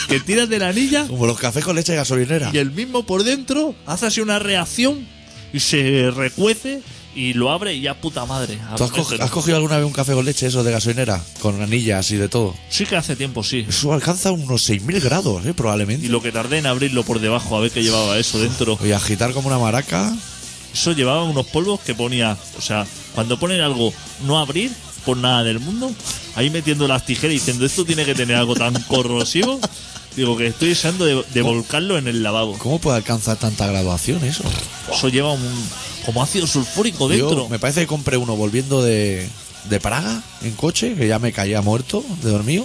Speaker 3: que tiras de la anilla
Speaker 1: Como los cafés con leche gasolinera.
Speaker 3: y el mismo por dentro hace así una reacción y se recuece y lo abre y ya puta madre.
Speaker 1: ¿Tú has, co- has cogido alguna vez un café con leche eso de gasolinera? Con anillas y de todo.
Speaker 3: Sí que hace tiempo, sí.
Speaker 1: Eso alcanza unos 6.000 grados, eh,
Speaker 3: Y
Speaker 1: probablemente.
Speaker 3: lo que tardé en abrirlo por debajo a ver qué llevaba eso dentro.
Speaker 1: Y agitar como una maraca.
Speaker 3: Eso llevaba unos polvos que ponía, o sea, cuando ponen algo no abrir por nada del mundo, ahí metiendo las tijeras y diciendo esto tiene que tener algo tan corrosivo, digo que estoy deseando de, de volcarlo en el lavabo.
Speaker 1: ¿Cómo puede alcanzar tanta graduación eso?
Speaker 3: Eso lleva un como ácido sulfúrico
Speaker 1: Yo
Speaker 3: dentro.
Speaker 1: me parece que compré uno volviendo de, de Praga en coche, que ya me caía muerto de dormido.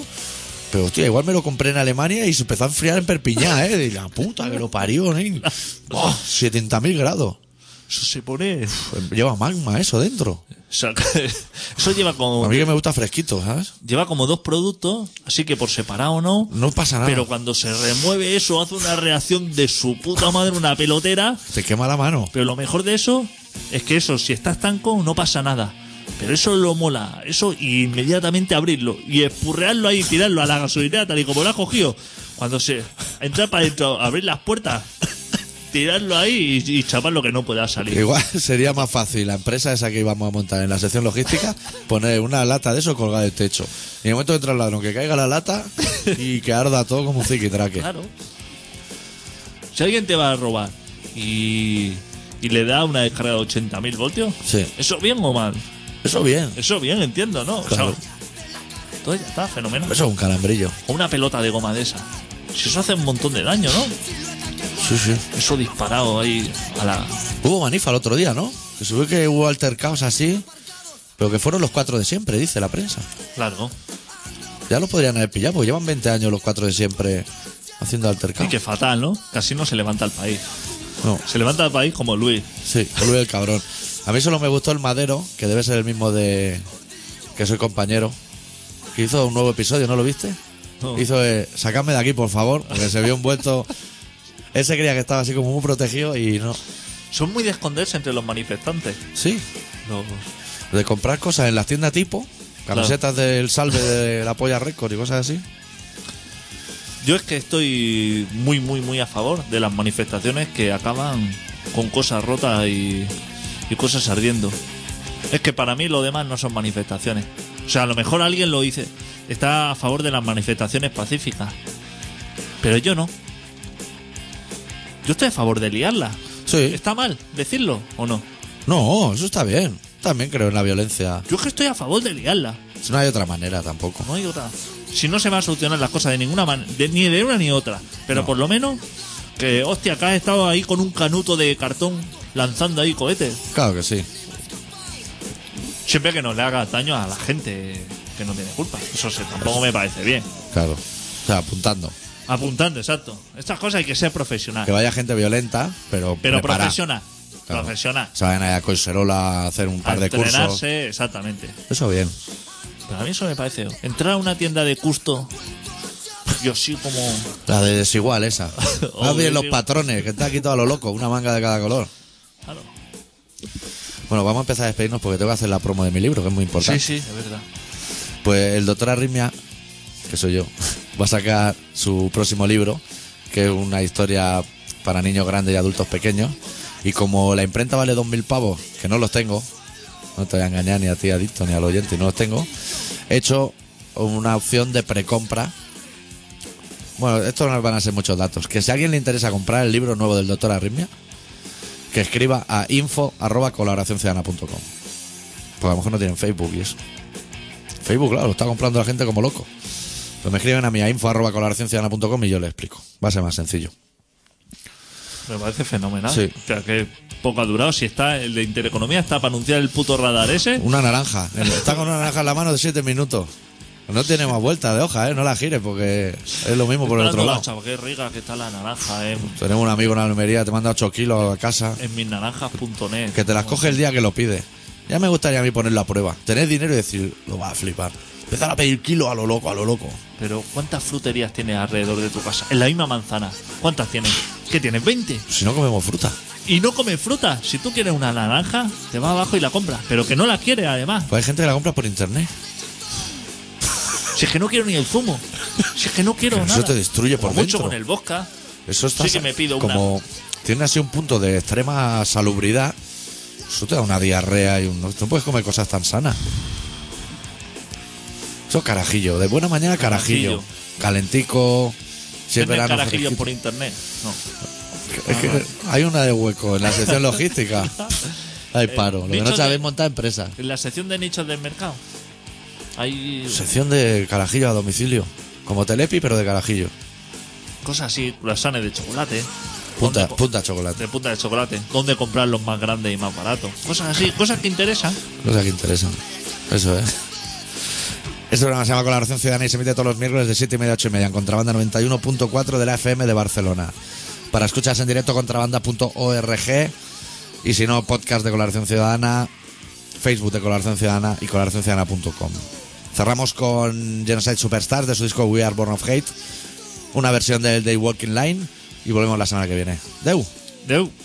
Speaker 1: Pero hostia, igual me lo compré en Alemania y se empezó a enfriar en Perpiñán, ¿eh? De la puta que lo parió, ¿eh? Buah, 70.000 grados.
Speaker 3: Eso se pone.
Speaker 1: Lleva magma eso dentro.
Speaker 3: saca- Eso lleva
Speaker 1: A
Speaker 3: como
Speaker 1: mí que me gusta fresquito, ¿sabes?
Speaker 3: lleva como dos productos, así que por separado no.
Speaker 1: No pasa nada.
Speaker 3: Pero cuando se remueve eso hace una reacción de su puta madre una pelotera.
Speaker 1: Te quema la mano.
Speaker 3: Pero lo mejor de eso es que eso, si está estanco, no pasa nada. Pero eso lo mola, eso y inmediatamente abrirlo y espurrearlo ahí, tirarlo a la gasolinera tal y como lo has cogido. Cuando se entra para adentro, abrir las puertas, tirarlo ahí y, y chapar lo que no pueda salir.
Speaker 1: Igual sería más fácil la empresa esa que íbamos a montar en la sección logística poner una lata de eso colgada del techo. Y en el momento de entra el ladrón, que caiga la lata y que arda todo como un ziquitraque.
Speaker 3: Claro. Si alguien te va a robar y, y le da una descarga de 80.000 voltios,
Speaker 1: Sí.
Speaker 3: ¿eso bien o mal?
Speaker 1: Eso bien.
Speaker 3: Eso bien, entiendo, ¿no? O sea,
Speaker 1: Claro.
Speaker 3: entonces ya está, fenomenal.
Speaker 1: Eso es un calambrillo.
Speaker 3: O una pelota de goma de esa. Si eso hace un montón de daño, ¿no?
Speaker 1: Sí, sí.
Speaker 3: Eso disparado ahí a la.
Speaker 1: Hubo manifa el otro día, ¿no? Que se ve que hubo altercados así, pero que fueron los cuatro de siempre, dice la prensa.
Speaker 3: Claro.
Speaker 1: Ya los podrían haber pillado, porque llevan 20 años los cuatro de siempre haciendo
Speaker 3: Y
Speaker 1: altercados.
Speaker 3: que fatal, ¿no? Casi no se levanta el país.
Speaker 1: No,
Speaker 3: Se levanta el país como Luis.
Speaker 1: sí, vuelve el cabrón. A mí solo me gustó el Madero, que debe ser el mismo de... que soy compañero, que hizo un nuevo episodio, ¿no lo viste?
Speaker 3: No.
Speaker 1: Hizo, eh, sacadme de aquí, por favor, porque se vio envuelto... Él se creía que estaba así como muy protegido y no...
Speaker 3: Son muy de esconderse entre los manifestantes.
Speaker 1: Sí,
Speaker 3: Los-
Speaker 1: De comprar cosas en las tiendas tipo, camisetas del salve de la polla récord y cosas así.
Speaker 3: Yo es que estoy muy, muy, muy a favor de las manifestaciones que acaban con cosas rotas y, y cosas ardiendo. Es que para mí lo demás no son manifestaciones. O sea, a lo mejor alguien lo dice, está a favor de las manifestaciones pacíficas. Pero yo no. Yo estoy a favor de liarla.
Speaker 1: Sí.
Speaker 3: ¿Está mal decirlo o no?
Speaker 1: No, eso está bien. También creo en la violencia.
Speaker 3: Yo es que estoy a favor de liarla.
Speaker 1: Si No hay otra manera tampoco.
Speaker 3: No hay otra. Si no se van a solucionar las cosas de ninguna manera, ni de una ni otra. Pero por lo menos, que hostia, que has estado ahí con un canuto de cartón lanzando ahí cohetes.
Speaker 1: Claro que sí.
Speaker 3: Siempre que no le hagas daño a la gente que no tiene culpa. Eso se- tampoco me parece bien.
Speaker 1: Claro. O sea, apuntando.
Speaker 3: Apuntando, exacto. Estas cosas hay que ser
Speaker 1: Que
Speaker 3: profesional.
Speaker 1: vaya gente violenta, pero.
Speaker 3: Pero
Speaker 1: preparada.
Speaker 3: profesional.
Speaker 1: Claro.
Speaker 3: Profesional.
Speaker 1: Se vayan allá a Coiserola a hacer un
Speaker 3: A
Speaker 1: par de cursos.
Speaker 3: entrenarse, exactamente.
Speaker 1: Eso bien.
Speaker 3: Pero a mí eso me parece. Entrar a una tienda de custo. Yo sí como.
Speaker 1: La de desigual esa.
Speaker 3: Hombre,
Speaker 1: Más bien los
Speaker 3: tío.
Speaker 1: patrones, que está aquí todo a lo loco, una manga de cada color.
Speaker 3: Claro.
Speaker 1: Bueno, vamos a empezar a despedirnos porque tengo que hacer la promo de mi libro, que es muy importante.
Speaker 3: Sí, sí, es verdad.
Speaker 1: Pues el doctor Arritmia, que soy yo, va a sacar su próximo libro, que es una historia para niños grandes y adultos pequeños. Y como la imprenta vale 2.000 pavos, que no los tengo, no te voy a engañar ni a ti, adicto, ni al oyente, no los tengo, he hecho una opción de precompra. Bueno, esto no van a ser muchos datos. Que si a alguien le interesa comprar el libro nuevo del doctor Arritmia, que escriba a info arroba colaboracionciudadana.com. Pues a lo mejor no tienen Facebook y eso. Facebook, claro, lo está comprando la gente como loco. Pues me escriben a mí a info arroba colaboracionciudadana.com y yo les explico. Va a ser más sencillo.
Speaker 3: Me parece fenomenal.
Speaker 1: Sí.
Speaker 3: O sea, que poco ha durado. Si está el de Intereconomía, está para anunciar el puto radar ese.
Speaker 1: Una naranja. Está con una naranja en la mano de 7 minutos. No tiene más vuelta de hoja, ¿eh? No la gires porque es lo mismo por el
Speaker 3: Está
Speaker 1: otro
Speaker 3: dando la
Speaker 1: lado.
Speaker 3: chapa, qué rica que está la naranja en,
Speaker 1: Tenemos un amigo en la almería, te manda 8 kilos a casa.
Speaker 3: en misnaranjas.net.
Speaker 1: Que te las coge el día que lo pide. Ya me gustaría a mí ponerlo a prueba. Tener dinero y decir, lo va a flipar. Empezar a pedir kilos a lo loco, a lo loco.
Speaker 3: Pero ¿cuántas fruterías tienes alrededor de tu casa? En la misma manzana. ¿Cuántas tienes? ¿Qué tienes? ¿20?
Speaker 1: Si no comemos fruta.
Speaker 3: Y no come fruta. Si tú quieres una naranja, te vas abajo y la compras. Pero que no la quiere, además.
Speaker 1: Pues hay gente que la compra por internet.
Speaker 3: Si es que no quiero ni el zumo. Si es que no quiero
Speaker 1: Pero
Speaker 3: nada.
Speaker 1: eso te destruye por
Speaker 3: Como mucho
Speaker 1: dentro.
Speaker 3: con el bosca.
Speaker 1: Eso está
Speaker 3: Sí que me pido una.
Speaker 1: como tiene así un punto de extrema salubridad. Eso te da una diarrea y un no puedes comer cosas tan sanas. Eso es carajillo, de buena mañana carajillo, calentico. Si es
Speaker 3: Venden
Speaker 1: verano
Speaker 3: carajillos
Speaker 1: fresquito.
Speaker 3: por internet. No.
Speaker 1: Es que hay una de hueco en la sección logística. Hay paro. Lo que no
Speaker 3: bichos
Speaker 1: sabéis
Speaker 3: de-
Speaker 1: montar empresa.
Speaker 3: En la sección de nichos del mercado. Hay
Speaker 1: Sección de carajillo a domicilio, como Telepi pero de carajillo.
Speaker 3: cosas así, croissants de chocolate.
Speaker 1: Punta,
Speaker 3: ¿Dónde co-
Speaker 1: punta chocolate.
Speaker 3: De punta de chocolate. ¿Dónde comprar los más grandes y más baratos? Cosas así, cosas que interesan.
Speaker 1: No sé qué interesa. Eso ¿eh? es. Este programa se llama Colaboración Ciudadana y se emite todos los miércoles de 7 y media a 8 y media en Contrabanda 91.4 de la FM de Barcelona. Para escuchas en directo, contrabanda.org y si no, podcast de Colaboración Ciudadana, Facebook de Colaboración Ciudadana y colaboracionciudadana.com. Cerramos con Genocide Superstars de su disco We Are Born of Hate, una versión del Day Walking Line y volvemos la semana que viene. Deu.
Speaker 3: Deu.